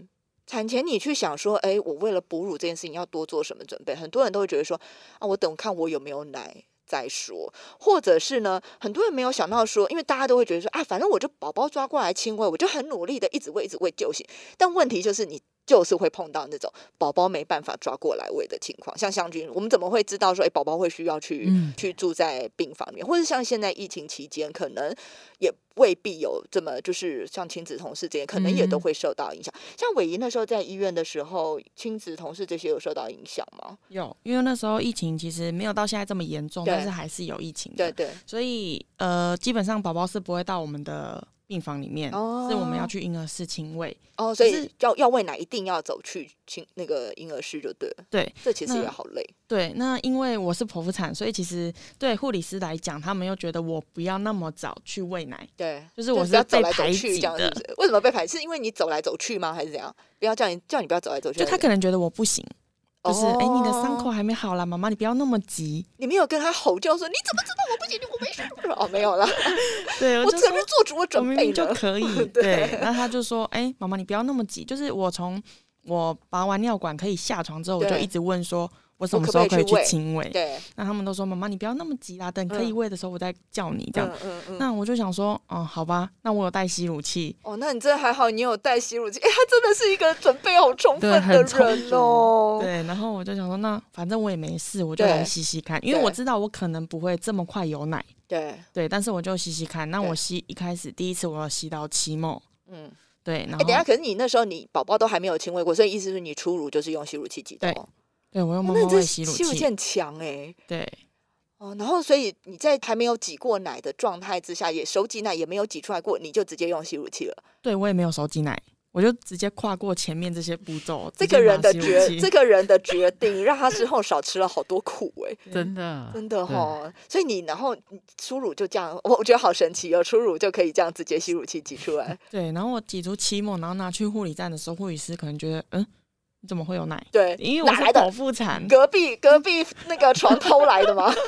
[SPEAKER 1] 产前你去想说，哎，我为了哺乳这件事情要多做什么准备？很多人都会觉得说，啊，我等看我有没有奶，再说，或者是呢，很多人没有想到说，因为大家都会觉得说啊，反正我就宝宝抓过来亲喂，我就很努力的一直喂一直喂就行。但问题就是你。就是会碰到那种宝宝没办法抓过来喂的情况，像湘君，我们怎么会知道说，哎、宝宝会需要去、
[SPEAKER 2] 嗯
[SPEAKER 1] 去住在病房里面，或者像现在疫情期间，可能也未必有这么就是像亲子同事这些，可能也都
[SPEAKER 2] 嗯
[SPEAKER 1] 会受到影响。像伟仪那时候在医院的时候，亲子同事这些有受到影响吗？
[SPEAKER 3] 有，因为那时候疫情其实没有到现在这么严重，
[SPEAKER 1] 对
[SPEAKER 3] 但是还是有疫情的。
[SPEAKER 1] 对对，
[SPEAKER 3] 所以呃，基本上宝宝是不会到我们的病房里面，
[SPEAKER 1] 哦
[SPEAKER 3] 是我们要去婴儿室亲喂。
[SPEAKER 1] 哦，所
[SPEAKER 3] 可
[SPEAKER 1] 以
[SPEAKER 3] 是
[SPEAKER 1] 要要喂奶一定要走去亲那个婴儿室就对了。
[SPEAKER 3] 对，
[SPEAKER 1] 这其实
[SPEAKER 3] 那
[SPEAKER 1] 也好累。
[SPEAKER 3] 对，那因为我是剖腹产，所以其实对护理师来讲，他们又觉得我不要那么早去喂奶，
[SPEAKER 1] 对，
[SPEAKER 3] 就是我
[SPEAKER 1] 不
[SPEAKER 3] 是
[SPEAKER 1] 要走
[SPEAKER 3] 被
[SPEAKER 1] 来走
[SPEAKER 3] 排
[SPEAKER 1] 去
[SPEAKER 3] 挤
[SPEAKER 1] 这样，是
[SPEAKER 3] 的
[SPEAKER 1] 不是？为什么被排？是因为你走来走去吗？还是怎样？不要叫你叫你不要走来走去。
[SPEAKER 3] 就他可能觉得我不行，就是哎、诶你的伤口
[SPEAKER 1] 哦，
[SPEAKER 3] 还没好啦，妈妈你不要那么急。
[SPEAKER 1] 你没有跟他吼叫说你怎么知道我不行？我没事。哦，没有啦，
[SPEAKER 3] 对，
[SPEAKER 1] 我
[SPEAKER 3] 就
[SPEAKER 1] 只
[SPEAKER 3] 说
[SPEAKER 1] 是做足我
[SPEAKER 3] 我
[SPEAKER 1] 准
[SPEAKER 3] 明
[SPEAKER 1] 备
[SPEAKER 3] 明就
[SPEAKER 1] 了。
[SPEAKER 3] 可以。
[SPEAKER 1] 对
[SPEAKER 3] 对，那他就说：“哎、妈妈，你不要那么急。就是我从我拔完尿管可以下床之后，我就
[SPEAKER 1] 对
[SPEAKER 3] 一直问说，我什
[SPEAKER 1] 我
[SPEAKER 3] 么
[SPEAKER 1] 可
[SPEAKER 3] 时
[SPEAKER 1] 不
[SPEAKER 3] 候
[SPEAKER 1] 可
[SPEAKER 3] 可
[SPEAKER 1] 以
[SPEAKER 3] 以
[SPEAKER 1] 去
[SPEAKER 3] 去
[SPEAKER 1] 喂
[SPEAKER 3] 亲喂？
[SPEAKER 1] 对，
[SPEAKER 3] 那他们都说：妈妈，你不要那么急啦，等可以
[SPEAKER 1] 嗯
[SPEAKER 3] 喂的时候我再叫你这样。
[SPEAKER 1] 嗯嗯嗯。
[SPEAKER 3] 那我就想说，哦、好吧，那我有带吸乳器，
[SPEAKER 1] 哦，那你真的还好，你有带吸乳器。哎，他真的是一个准备好充分
[SPEAKER 2] 对
[SPEAKER 1] 的
[SPEAKER 2] 很充
[SPEAKER 1] 人哦。
[SPEAKER 3] 对，然后我就想说，那反正我也没事，我就
[SPEAKER 1] 对
[SPEAKER 3] 来吸吸看，因为
[SPEAKER 1] 对
[SPEAKER 3] 我知道我可能不会这么快有奶，
[SPEAKER 1] 对，
[SPEAKER 3] 对，但是我就吸吸看。那
[SPEAKER 1] 对
[SPEAKER 3] 我吸一开始第一次我有吸到期末，
[SPEAKER 1] 嗯。
[SPEAKER 3] 对，然
[SPEAKER 1] 哎，
[SPEAKER 3] 后
[SPEAKER 1] 等一下，可是你那时候你宝宝都还没有亲喂过，所以意思是你初乳就是用吸乳器挤的
[SPEAKER 3] 对
[SPEAKER 1] 哦。
[SPEAKER 3] 对我用
[SPEAKER 1] 哦
[SPEAKER 3] 妈
[SPEAKER 1] 那
[SPEAKER 3] 妈
[SPEAKER 1] 你这
[SPEAKER 3] 喂吸
[SPEAKER 1] 吸
[SPEAKER 3] 乳
[SPEAKER 1] 乳器
[SPEAKER 3] 器，
[SPEAKER 1] 很强哎。
[SPEAKER 3] 对。
[SPEAKER 1] 哦，然后所以你在还没有挤过奶的状态之下，也手挤奶也没有挤出来过，你就直接用吸乳器了。
[SPEAKER 3] 对我也没有手挤奶，我就直接跨过前面这些步骤。
[SPEAKER 1] 这个人的
[SPEAKER 3] 直接拿吸
[SPEAKER 1] 决，
[SPEAKER 3] 乳器
[SPEAKER 1] 这个人的决定，让他之后少吃了好多苦哎、
[SPEAKER 2] 真的，
[SPEAKER 1] 真 的哈、哦。所以你然后你初乳就这样，我我觉得好神奇哦，初乳就可以这样直接吸乳器挤出来。
[SPEAKER 3] 对，然后我挤出期末，然后拿去护理站的时候，护理师可能觉得，嗯，你怎么会有奶？
[SPEAKER 1] 对，
[SPEAKER 3] 因为我
[SPEAKER 1] 哪
[SPEAKER 3] 是
[SPEAKER 1] 来的
[SPEAKER 3] 剖？腹产，
[SPEAKER 1] 隔壁隔壁那个床偷来的吗？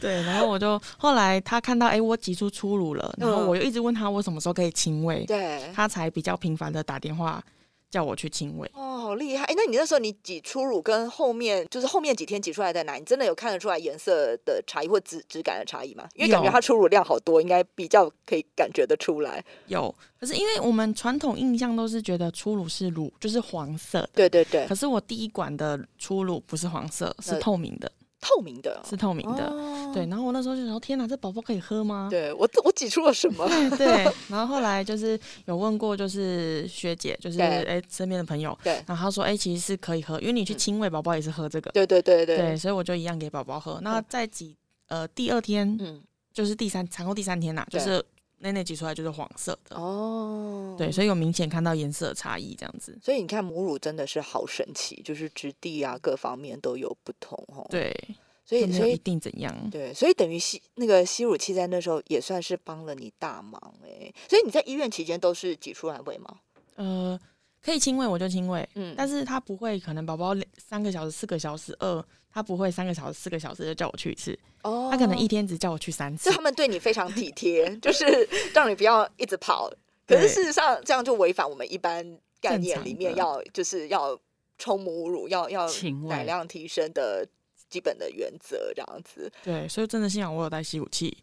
[SPEAKER 3] 对，然后我就后来他看到，哎、我挤出初乳了，然后
[SPEAKER 1] 嗯
[SPEAKER 3] 我又一直问他我什么时候可以亲喂，
[SPEAKER 1] 对。
[SPEAKER 3] 他才比较频繁的打电话叫我去亲喂。
[SPEAKER 1] 哦，好厉害！哎，那你那时候你挤初乳跟后面就是后面几天挤出来的奶，你真的有看得出来颜色的差异或质质感的差异吗？因为感觉
[SPEAKER 3] 有
[SPEAKER 1] 它初乳量好多，应该比较可以感觉得出来。
[SPEAKER 3] 有，可是因为我们传统印象都是觉得初乳是乳，就是黄色的。
[SPEAKER 1] 对对对
[SPEAKER 3] 可，是我第一管的初乳不是黄色，是
[SPEAKER 1] 那
[SPEAKER 3] 透明的，
[SPEAKER 1] 透明的哦，
[SPEAKER 3] 是透明的。
[SPEAKER 1] 哦
[SPEAKER 3] 对，然后我那时候就想说，天哪，这宝宝可以喝吗？
[SPEAKER 1] 对我我挤出了什么？
[SPEAKER 3] 对，然后后来就是有问过，就是学姐，就是
[SPEAKER 1] 对
[SPEAKER 3] 哎、身边的朋友，
[SPEAKER 1] 对嗯
[SPEAKER 3] 然后她说，哎、其实是可以喝，因为你去亲喂宝宝也是喝这个，
[SPEAKER 1] 对对对对，
[SPEAKER 3] 所以我就一样给宝宝喝。那
[SPEAKER 1] 嗯
[SPEAKER 3] 在几呃第二天，
[SPEAKER 1] 嗯，
[SPEAKER 3] 就是第三产后第三天啦、就
[SPEAKER 1] 对
[SPEAKER 3] 是奶奶挤出来就是黄色的，
[SPEAKER 1] 哦，
[SPEAKER 3] 对，。所以有明显看到颜色的差异这样子。
[SPEAKER 1] 所以你看，母乳真的是好神奇，就是质地啊，各方面都有不同哦。，
[SPEAKER 3] 对，
[SPEAKER 1] 所以
[SPEAKER 3] 就没
[SPEAKER 1] 所
[SPEAKER 3] 有一
[SPEAKER 1] 以
[SPEAKER 3] 定怎样。
[SPEAKER 1] 对，所以等于吸那个吸乳器在那时候也算是帮了你大忙哎、所以你在医院期间都是挤出来喂吗？
[SPEAKER 3] 呃，可以亲喂我就亲喂，
[SPEAKER 1] 嗯
[SPEAKER 3] 但是他不会，可能宝宝两三个小时、四个小时饿，他不会三个小时、四个小时就叫我去一次，
[SPEAKER 1] 哦
[SPEAKER 3] 他可能一，天只叫我去三次
[SPEAKER 1] 就。他们对你非常 体贴，就是让你不要一直跑。可是
[SPEAKER 3] 对
[SPEAKER 1] 事实上，这样就违反我们一般概
[SPEAKER 3] 正
[SPEAKER 1] 念
[SPEAKER 3] 常
[SPEAKER 1] 里面
[SPEAKER 3] 的
[SPEAKER 1] 要就是要冲母乳，要要
[SPEAKER 2] 亲
[SPEAKER 1] 奶
[SPEAKER 2] 喂
[SPEAKER 1] 量提升的基本的原则这样子。
[SPEAKER 3] 对，所以真的信仰我有带吸乳器，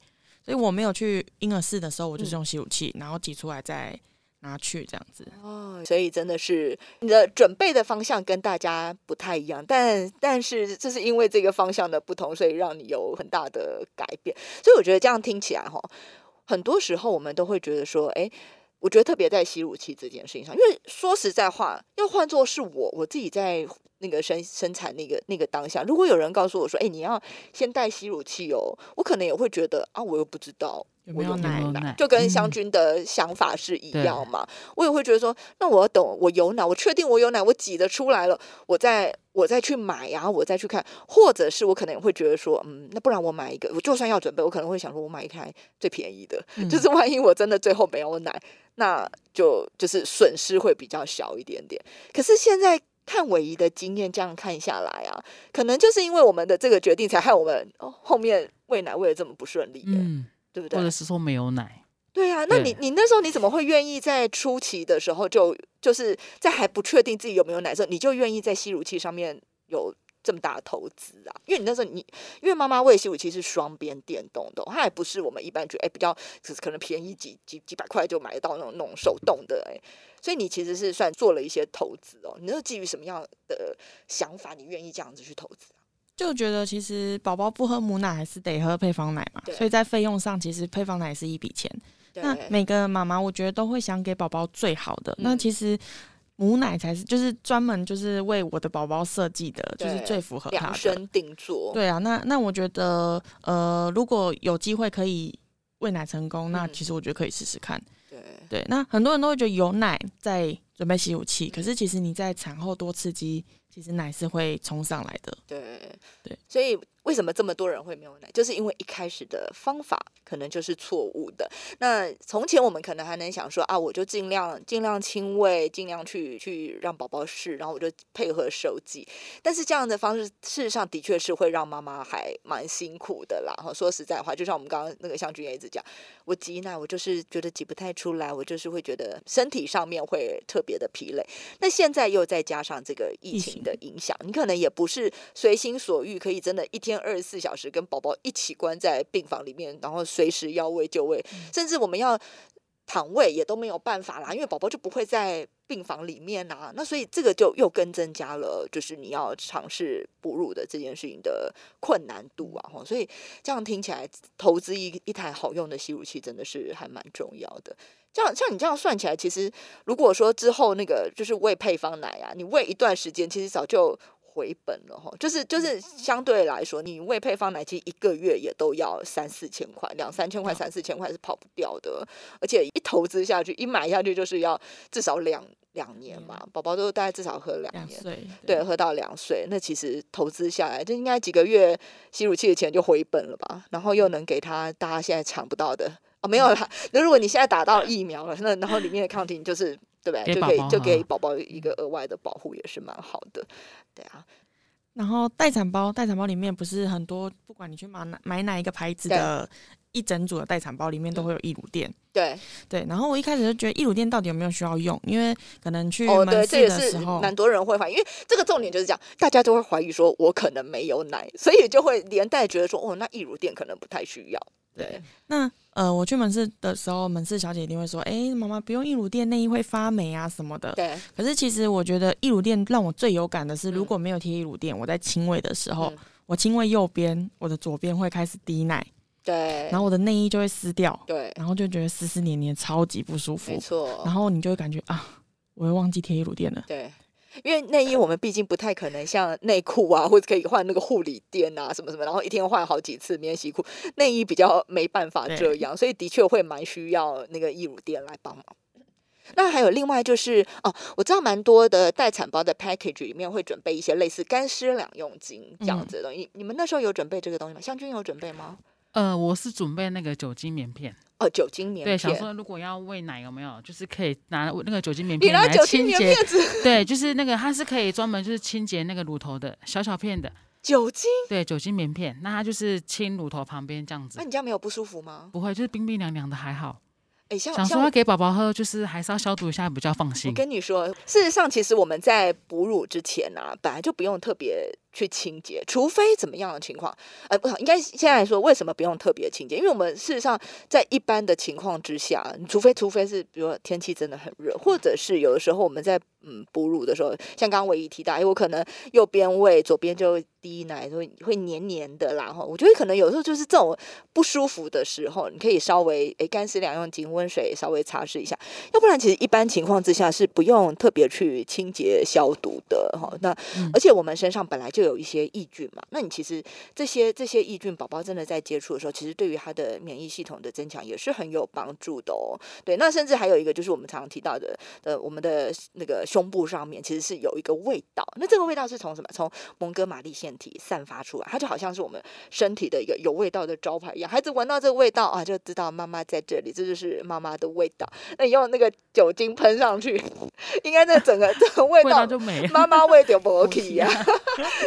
[SPEAKER 3] 所以我没有去婴儿室的时候，我就是用吸乳器，
[SPEAKER 1] 嗯
[SPEAKER 3] 然后挤出来再拿去这样子。
[SPEAKER 1] 哦，所以真的是你的准备的方向跟大家不太一样，但但是就是因为这个方向的不同，所以让你有很大的改变。所以我觉得这样听起来哈，很多时候我们都会觉得说，哎。我觉得特别在吸乳器这件事情上，因为说实在话，要换做是我我自己在那个生生产那个那个当下，如果有人告诉我说：“哎、你要先带吸乳器哦”，我可能也会觉得啊，我又不知道
[SPEAKER 3] 有
[SPEAKER 1] 我
[SPEAKER 3] 没有
[SPEAKER 1] 没
[SPEAKER 3] 奶
[SPEAKER 1] 有
[SPEAKER 2] 奶
[SPEAKER 1] 就跟
[SPEAKER 2] 嗯
[SPEAKER 1] 湘君的想法是一
[SPEAKER 2] 对
[SPEAKER 1] 样嘛。我也会觉得说，那我要等我有奶，我确定我有奶，我挤得出来了，我再我再去买呀、我再去看，或者是我可能也会觉得说，嗯，那不然我买一个，我就算要准备，我可能会想说，我买一台最便宜的，
[SPEAKER 3] 嗯
[SPEAKER 1] 就是万一我真的最后没有奶，那就就是损失会比较小一点点。可是现在。看伟仪的经验，这样看下来啊，可能就是因为我们的这个决定，才害我们、哦、后面喂奶喂的这么不顺利耶、
[SPEAKER 2] 嗯，
[SPEAKER 1] 对不对？
[SPEAKER 2] 或者是说没有奶，
[SPEAKER 1] 对啊，那
[SPEAKER 2] 对
[SPEAKER 1] 你你那时候你怎么会愿意在初期的时候就就是在还不确定自己有没有奶的时候，你就愿意在吸乳器上面有这么大的投资啊？因为你那时候你，因为妈妈喂吸乳器是双边电动的哦，它还不是我们一般觉得哎、比较只是可能便宜几几几百块就买得到那种那种手动的哎、所以你其实是算做了一些投资哦。你是基于什么样的想法，你愿意这样子去投资啊？
[SPEAKER 3] 就觉得其实宝宝不喝母奶还是得喝配方奶嘛
[SPEAKER 1] 对，
[SPEAKER 3] 所以在费用上其实配方奶是一笔钱。那
[SPEAKER 1] 对
[SPEAKER 3] 每个妈妈我觉得都会想给宝宝最好的，那
[SPEAKER 1] 嗯
[SPEAKER 3] 其实母奶才是就是专门就是为我的宝宝设计的，就是
[SPEAKER 1] 对
[SPEAKER 3] 最符合他
[SPEAKER 1] 量
[SPEAKER 3] 的。
[SPEAKER 1] 身定做，
[SPEAKER 3] 对啊，那那我觉得呃，如果有机会可以喂奶成功，那
[SPEAKER 1] 嗯
[SPEAKER 3] 其实我觉得可以试试看。
[SPEAKER 1] 对
[SPEAKER 3] 对，那很多人都会觉得有奶在准备吸乳器，可是其实你在产后多刺激，其实奶是会冲上来的。
[SPEAKER 1] 对
[SPEAKER 3] 对，
[SPEAKER 1] 所以为什么这么多人会没有奶，就是因为一开始的方法可能就是错误的。那从前我们可能还能想说啊，我就尽量尽量亲喂，尽量去去让宝宝试，然后我就配合手机。但是这样的方式，事实上的确是会让妈妈还蛮辛苦的啦。哈，说实在话，就像我们刚刚那个向君也一直讲，我挤奶，我就是觉得挤不太出来，我就是会觉得身体上面会特别的疲累。那现在又再加上这个疫
[SPEAKER 3] 疫
[SPEAKER 1] 情
[SPEAKER 3] 情
[SPEAKER 1] 的影响，你可能也不是随心所欲，可以真的一天二十四小时跟宝宝一起关在病房里面，然后随时要喂就喂，甚至我们要躺位也都没有办法啦，因为宝宝就不会在病房里面啦、那所以这个就又更增加了，就是你要尝试哺乳的这件事情的困难度啊。吼所以这样听起来，投资一一台好用的吸乳器真的是还蛮重要的。这样像你这样算起来，其实如果说之后那个就是喂配方奶啊，你喂一段时间，其实早就回本了哈。就是就是相对来说，你喂配方奶，其实一个月也都要三四千块，两三千块、三四千块是跑不掉的。而且一投资下去，一买下去就是要至少两两年嘛，宝宝都大概至少喝两
[SPEAKER 3] 两
[SPEAKER 1] 年。
[SPEAKER 3] 岁，
[SPEAKER 1] 对，喝到两岁，那其实投资下来，这应该几个月吸乳器的钱就回本了吧？然后又
[SPEAKER 3] 嗯
[SPEAKER 1] 能给他大家现在抢不到的哦，没有啦。那如果你现在打到疫苗了，那然后里面的抗体你就是对不对？
[SPEAKER 2] 给
[SPEAKER 1] 就
[SPEAKER 2] 宝
[SPEAKER 1] 给
[SPEAKER 2] 宝
[SPEAKER 1] 就给
[SPEAKER 2] 哈
[SPEAKER 1] 宝宝
[SPEAKER 3] 嗯
[SPEAKER 1] 一个额外的保护，也是蛮好的。对啊，
[SPEAKER 3] 然后待产包，待产包里面不是很多，不管你去买哪买哪一个牌子的，一整组的待产包里
[SPEAKER 1] 嗯
[SPEAKER 3] 面都会有义乳垫。
[SPEAKER 1] 对，
[SPEAKER 3] 对，然后我一开始就觉得义乳垫到底有没有需要用，因为可能去
[SPEAKER 1] 哦，
[SPEAKER 3] 门
[SPEAKER 1] 对，这
[SPEAKER 3] 市
[SPEAKER 1] 也
[SPEAKER 3] 的
[SPEAKER 1] 是
[SPEAKER 3] 时候，
[SPEAKER 1] 蛮多人会怀疑，因为这个重点就是这样，大家就会怀疑说我可能没有奶，所以就会连带觉得说，哦，那义乳垫可能不太需要。对
[SPEAKER 3] 对，那呃，我去门市的时候，门市小姐一定会说：“哎、妈妈不用义乳垫，内衣会发霉啊什么的。
[SPEAKER 1] 对，”
[SPEAKER 3] 可是其实我觉得义乳垫让我最有感的是，
[SPEAKER 1] 嗯
[SPEAKER 3] 如果没有贴义乳垫，我在亲喂的时候，
[SPEAKER 1] 嗯
[SPEAKER 3] 我亲喂右边，我的左边会开始滴奶，
[SPEAKER 1] 对
[SPEAKER 3] 然，后我的内衣就会撕掉，
[SPEAKER 1] 对，
[SPEAKER 3] 然后就觉得湿湿黏黏，超级不舒服
[SPEAKER 1] 没。错。
[SPEAKER 3] 然后你就会感觉啊，我又忘记贴义乳垫了。
[SPEAKER 1] 对，因为内衣我们毕竟不太可能像内裤啊，或者可以换那个护理垫啊，什么什么，然后一天换好几次免洗裤，内衣比较没办法这
[SPEAKER 3] 对
[SPEAKER 1] 样，所以的确会蛮需要那个义乳垫来帮忙。那还有另外就是哦，我知道蛮多的待产包的 package 里面会准备一些类似干湿两用巾这样
[SPEAKER 3] 嗯
[SPEAKER 1] 子的东西。你们那时候有准备这个东西吗？湘君有准备吗？
[SPEAKER 2] 呃，我是准备那个酒精棉片，
[SPEAKER 1] 哦，酒精棉
[SPEAKER 2] 对，
[SPEAKER 1] 片。
[SPEAKER 2] 想说如果要喂奶有没有，就是可以拿那个酒精棉
[SPEAKER 1] 你
[SPEAKER 2] 片
[SPEAKER 1] 拿
[SPEAKER 2] 来
[SPEAKER 1] 酒精
[SPEAKER 2] 清
[SPEAKER 1] 棉
[SPEAKER 2] 洁
[SPEAKER 1] 片，子，
[SPEAKER 2] 对，就是那个它是可以专门就是清洁那个乳头的小小片的，
[SPEAKER 1] 酒精？
[SPEAKER 2] 对，酒精棉片，那它就是清乳头旁边这样子
[SPEAKER 1] 那、，你这样没有不舒服吗？
[SPEAKER 2] 不会就是冰冰凉凉的还好。
[SPEAKER 1] 哎，像
[SPEAKER 2] 想
[SPEAKER 1] 像
[SPEAKER 2] 说要给宝宝喝，就是还是要消毒一下比较放
[SPEAKER 1] 我
[SPEAKER 2] 心。
[SPEAKER 1] 跟你说，事实上，其实我们在哺乳之前啊，本来就不用特别去清洁，除非怎么样的情况，呃，不好，应该现在来说，为什么不用特别清洁？因为我们事实上在一般的情况之下，除非除非是比如说天气真的很热，或者是有的时候我们在嗯哺乳的时候，像刚刚唯一提到，哎，我可能右边喂，左边就滴奶，会会黏黏的啦，哈，我觉得可能有时候就是这种不舒服的时候，你可以稍微哎干湿两用巾，温水稍微擦拭一下。要不然其实一般情况之下是不用特别去清洁消毒的哈、那、
[SPEAKER 2] 嗯
[SPEAKER 1] 而且我们身上本来就有一些抑菌嘛，那你其实这些这些抑菌，宝宝真的在接触的时候，其实对于他的免疫系统的增强也是很有帮助的哦。对，那甚至还有一个就是我们常常提到的，呃，我们的那个胸部上面其实是有一个味道，那这个味道是从什么？从蒙哥马利腺体散发出来，它就好像是我们身体的一个有味道的招牌一样。孩子闻到这个味道啊，就知道妈妈在这里，这就是妈妈的味道。那你用那个酒精喷上去， 应该那整个 这个味
[SPEAKER 2] 味道
[SPEAKER 1] 道，
[SPEAKER 2] 就没了。
[SPEAKER 1] 妈妈味就不 OK 啊呀，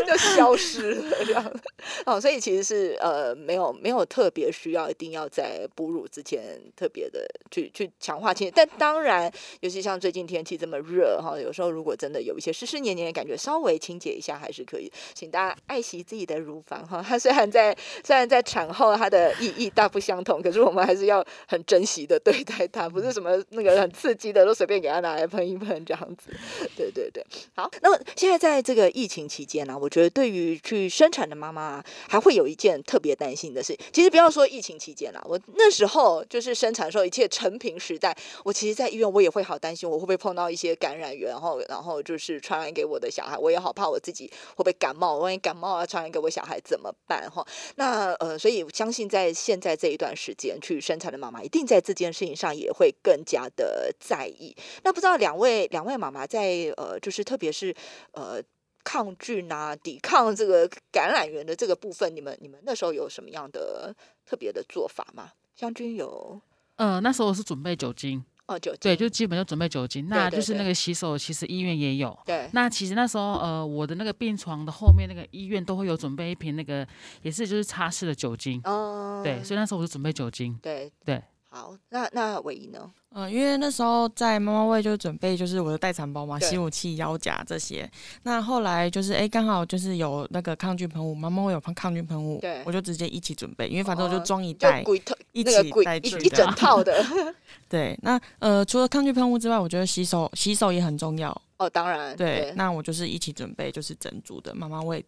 [SPEAKER 1] 就消失了这样。哦，所以其实是呃，没有没有特别需要一定要在哺乳之前特别的去去强化清洁，但当然，尤其像最近天气这么热哈、有时候如果真的有一些湿湿黏黏的感觉，稍微清洁一下还是可以，请大家爱惜自己的乳房哈、 它虽然在虽然在产后它的意义大不相同，可是我们还是要很珍惜的对待它，不是什么那个很刺激的都随便给它拿来喷一喷这样子，对对对。好，那么现在在这个疫情期间啊呢、我觉得对于去生产的妈妈、啊，还会有一件特别担心的事。其实不要说疫情期间啦、啊我那时候就是生产的时候，一切成平时代，我其实，在医院我也会好担心，我会不会碰到一些感染源，然后然后就是传染给我的小孩，我也好怕我自己会不会感冒，万一感冒啊传染给我小孩怎么办哈？那呃，所以我相信在现在这一段时间去生产的妈妈，一定在这件事情上也会更加的在意。那不知道两位两位妈妈在呃，就是特别是呃抗菌啊、抵抗这个感染源的这个部分，你们你们那时候有什么样的特别的做法吗？湘君有
[SPEAKER 2] 呃，那时候我是准备酒精，
[SPEAKER 1] 哦，酒精
[SPEAKER 2] 对，就基本就准备酒精。那
[SPEAKER 1] 对对
[SPEAKER 2] 就是那
[SPEAKER 1] 对
[SPEAKER 2] 个洗手，其实医院也有。
[SPEAKER 1] 对
[SPEAKER 2] 那其实那时候，呃，我的那个病床的后面那个医院都会有准备一瓶那个，也是就是擦拭的酒精。
[SPEAKER 1] 嗯，
[SPEAKER 2] 对，所以那时候我就准备酒精。
[SPEAKER 1] 对
[SPEAKER 2] 对。
[SPEAKER 1] 好，那那唯一呢？
[SPEAKER 3] 嗯，因为那时候在妈妈位就准备就是我的待产包嘛，
[SPEAKER 1] 对
[SPEAKER 3] 吸乳器、腰夹这些。那后来就是哎，刚、好就是有那个抗菌喷雾，妈妈位有喷抗菌喷雾
[SPEAKER 1] 对，
[SPEAKER 3] 我就直接一起准备，因为反正我就
[SPEAKER 1] 哦
[SPEAKER 3] 装一
[SPEAKER 1] 就
[SPEAKER 3] 袋。
[SPEAKER 1] 鬼头
[SPEAKER 3] 一
[SPEAKER 1] 那个
[SPEAKER 3] 起
[SPEAKER 1] 鬼
[SPEAKER 3] 带
[SPEAKER 1] 一
[SPEAKER 3] 去
[SPEAKER 1] 一
[SPEAKER 3] 的
[SPEAKER 1] 整套的
[SPEAKER 3] 对，那呃，除了抗菌喷雾之外，我觉得洗手洗手也很重要。
[SPEAKER 1] 哦，当然
[SPEAKER 3] 对，那我就是一起准备就是整组的妈妈味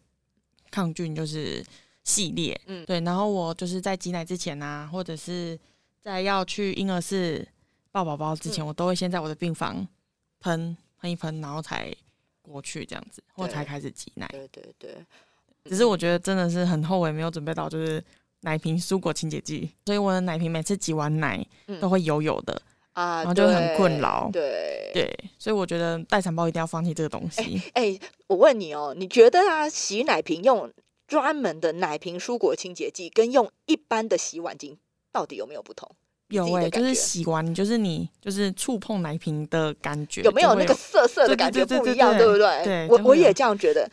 [SPEAKER 3] 抗菌就是系列，
[SPEAKER 1] 嗯
[SPEAKER 3] 嗯，对，然后我就是在挤奶之前啊，或者是在要去婴儿室抱宝宝之前，
[SPEAKER 1] 嗯
[SPEAKER 3] 我都会先在我的病房喷喷一喷，然后才过去这样子，或
[SPEAKER 1] 对
[SPEAKER 3] 才开始挤奶。
[SPEAKER 1] 对对对，嗯
[SPEAKER 3] 只是我觉得真的是很后悔没有准备到就是奶瓶蔬果清洁剂，所以我的奶瓶每次挤完奶
[SPEAKER 1] 嗯
[SPEAKER 3] 都会油油的，
[SPEAKER 1] 啊，
[SPEAKER 3] 然后就很
[SPEAKER 1] 对
[SPEAKER 3] 困扰
[SPEAKER 1] 对。
[SPEAKER 3] 对，所以我觉得待产包一定要放弃这个东西。
[SPEAKER 1] 哎、我问你哦，你觉得啊，洗奶瓶用专门的奶瓶蔬果清洁剂，跟用一般的洗碗巾到底有没有不同？
[SPEAKER 3] 有
[SPEAKER 1] 自己
[SPEAKER 3] 哎、
[SPEAKER 1] 的感
[SPEAKER 3] 就是
[SPEAKER 1] 觉
[SPEAKER 3] 洗完，就是你就是触碰奶瓶的感觉，
[SPEAKER 1] 有没有那个涩涩的
[SPEAKER 3] 对
[SPEAKER 1] 感觉
[SPEAKER 3] 对对
[SPEAKER 1] 不
[SPEAKER 3] 对
[SPEAKER 1] 一样，
[SPEAKER 3] 对
[SPEAKER 1] 不对？
[SPEAKER 3] 对
[SPEAKER 1] 我
[SPEAKER 3] 就会
[SPEAKER 1] 我也
[SPEAKER 3] 有
[SPEAKER 1] 这样觉得。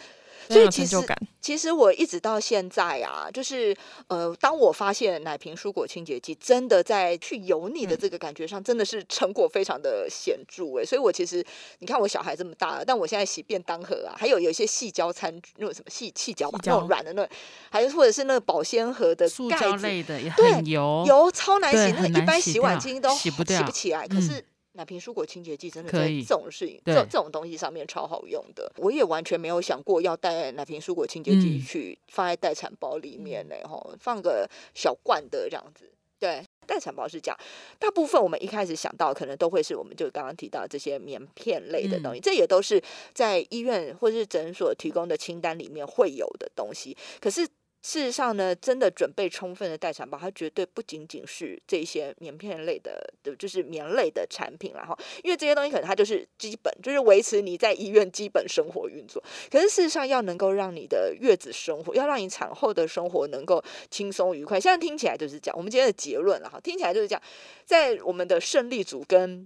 [SPEAKER 3] 就会
[SPEAKER 1] 所
[SPEAKER 3] 有
[SPEAKER 1] 以其
[SPEAKER 3] 成
[SPEAKER 1] 实
[SPEAKER 3] 就感？
[SPEAKER 1] 其实我一直到现在啊，就是呃，当我发现奶瓶蔬果清洁剂真的在去油腻
[SPEAKER 2] 嗯
[SPEAKER 1] 的这个感觉上，真的是成果非常的显著诶、所以我其实你看我小孩这么大了，但我现在洗便当盒啊，还有有一些细胶餐具那种什么细细胶吧，
[SPEAKER 3] 细
[SPEAKER 1] 那
[SPEAKER 3] 胶
[SPEAKER 1] 种软的那种，还有或者是那个保鲜盒的
[SPEAKER 2] 塑胶
[SPEAKER 1] 盖子，
[SPEAKER 2] 类的也
[SPEAKER 1] 对
[SPEAKER 2] 很油，
[SPEAKER 1] 油超难
[SPEAKER 2] 哦对
[SPEAKER 1] 洗，那
[SPEAKER 2] 很
[SPEAKER 1] 个一
[SPEAKER 2] 难
[SPEAKER 1] 般
[SPEAKER 2] 洗
[SPEAKER 1] 洗碗
[SPEAKER 2] 掉
[SPEAKER 1] 巾都
[SPEAKER 2] 洗不
[SPEAKER 1] 洗
[SPEAKER 2] 掉
[SPEAKER 1] 不起来。可
[SPEAKER 2] 嗯
[SPEAKER 1] 是奶瓶蔬果清洁剂真的
[SPEAKER 2] 可
[SPEAKER 1] 在
[SPEAKER 2] 以
[SPEAKER 1] 这种事情、这
[SPEAKER 2] 对
[SPEAKER 1] 这种东西上面超好用的。我也完全没有想过要带奶瓶蔬果清洁剂
[SPEAKER 2] 嗯
[SPEAKER 1] 去放在待产包里面呢，吼、放个小罐的这样子。对，待产包是这样。大部分我们一开始想到可能都会是我们就刚刚提到这些棉片类的东西，这也都是在医院或是诊所提供的清单里面会有的东西。可是事实上呢，真的准备充分的待产包，它绝对不仅仅是这些棉片类的，对，就是棉类的产品啦哈。因为这些东西可能它就是基本，就是维持你在医院基本生活运作。可是事实上，要能够让你的月子生活，要让你产后的生活能够轻松愉快，现在听起来就是这样。我们今天的结论了哈，听起来就是这样。在我们的胜利组跟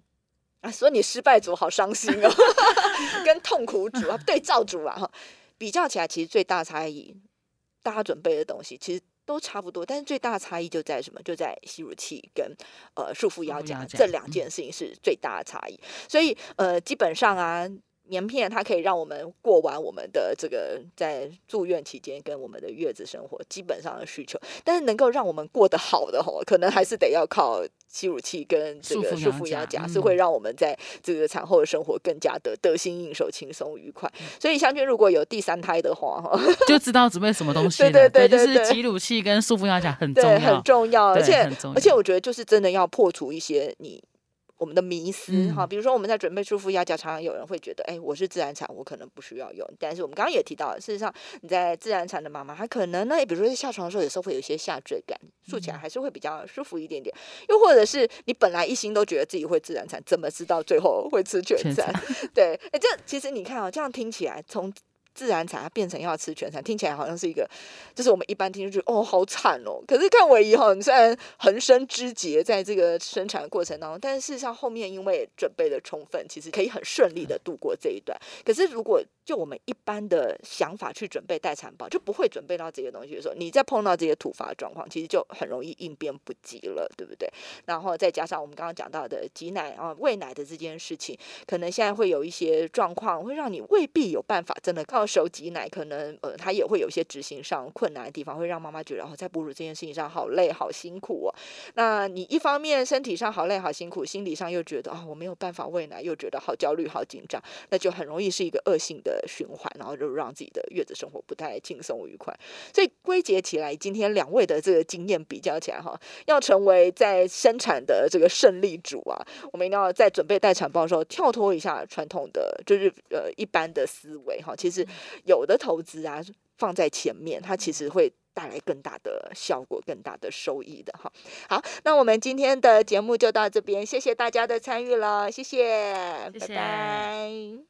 [SPEAKER 1] 啊，说你失败组好伤心 哦，跟痛苦组啊，对照组啊哈，比较起来，其实最大差异，大家准备的东西其实。都差不多，但是最大的差异就在什么？就在吸乳器跟呃束缚腰
[SPEAKER 2] 束缚
[SPEAKER 1] 夹
[SPEAKER 2] 腰夹
[SPEAKER 1] 这两
[SPEAKER 2] 嗯
[SPEAKER 1] 件事情是最大的差异。所以呃，基本上啊，棉片它可以让我们过完我们的这个在住院期间跟我们的月子生活基本上的需求，但是能够让我们过得好的吼，可能还是得要靠吸乳器跟这个束
[SPEAKER 2] 束
[SPEAKER 1] 缚
[SPEAKER 2] 缚
[SPEAKER 1] 腰
[SPEAKER 2] 腰
[SPEAKER 1] 夹，
[SPEAKER 2] 夹
[SPEAKER 1] 是会
[SPEAKER 2] 嗯
[SPEAKER 1] 让我们在这个产后的生活更加的得心应手、轻松愉快。所以，香君如果有第三胎的话， 哈，
[SPEAKER 2] 就知道准备什么东西
[SPEAKER 1] 对
[SPEAKER 2] 了。
[SPEAKER 1] 对对
[SPEAKER 2] 就
[SPEAKER 1] 对对
[SPEAKER 2] 是挤乳器跟束缚腰夹很重
[SPEAKER 1] 对，
[SPEAKER 2] 要
[SPEAKER 1] 很。重要，而
[SPEAKER 2] 对
[SPEAKER 1] 且
[SPEAKER 2] 很重
[SPEAKER 1] 而且
[SPEAKER 2] 要
[SPEAKER 1] 我觉得就是真的要破除一些你。我们的迷思
[SPEAKER 2] 嗯
[SPEAKER 1] 哈，比如说我们在准备束缚压夹，常常有人会觉得，哎，我是自然产，我可能不需要用。但是我们刚刚也提到了，事实上你在自然产的妈妈，她可能呢，比如说在下床的时候，有时候会有一些下坠感，竖
[SPEAKER 2] 嗯
[SPEAKER 1] 起来还是会比较舒服一点点。又或者是你本来一心都觉得自己会自然产，怎么知道最后会吃全
[SPEAKER 2] 全
[SPEAKER 1] 餐？ 对，哎，这其实你看哦，这样听起来从。自然产它变成要吃全餐，听起来好像是一个，就是我们一般听就觉得哦好惨哦。可是看我以后，你虽然横生枝节在这个生产的过程当中，但是事实上后面因为准备的充分，其实可以很顺利的度过这一段。可是如果就我们一般的想法去准备待产包，就不会准备到这些东西的时候，你再碰到这些突发状况，其实就很容易应变不及了，对不对？然后再加上我们刚刚讲到的挤奶啊、喂奶的这件事情，可能现在会有一些状况，会让你未必有办法真的靠手挤奶，可能呃，它也会有一些执行上困难的地方，会让妈妈觉得哦，在哺乳这件事情上好累、好辛苦哦。那你一方面身体上好累、好辛苦，心理上又觉得啊、我没有办法喂奶，又觉得好焦虑、好紧张，那就很容易是一个恶性的循环，然后就让自己的月子生活不太轻松愉快。所以归结起来，今天两位的这个经验比较起来哈，要成为在生产的这个胜利组啊，我们一定要在准备待产包的时候跳脱一下传统的，就是呃一般的思维哈。其实有的投资啊放在前面，它其实会。带来更大的效果、更大的收益的哈。好，那我们今天的节目就到这边，谢谢大家的参与了，谢谢，
[SPEAKER 2] 谢谢
[SPEAKER 1] 拜拜。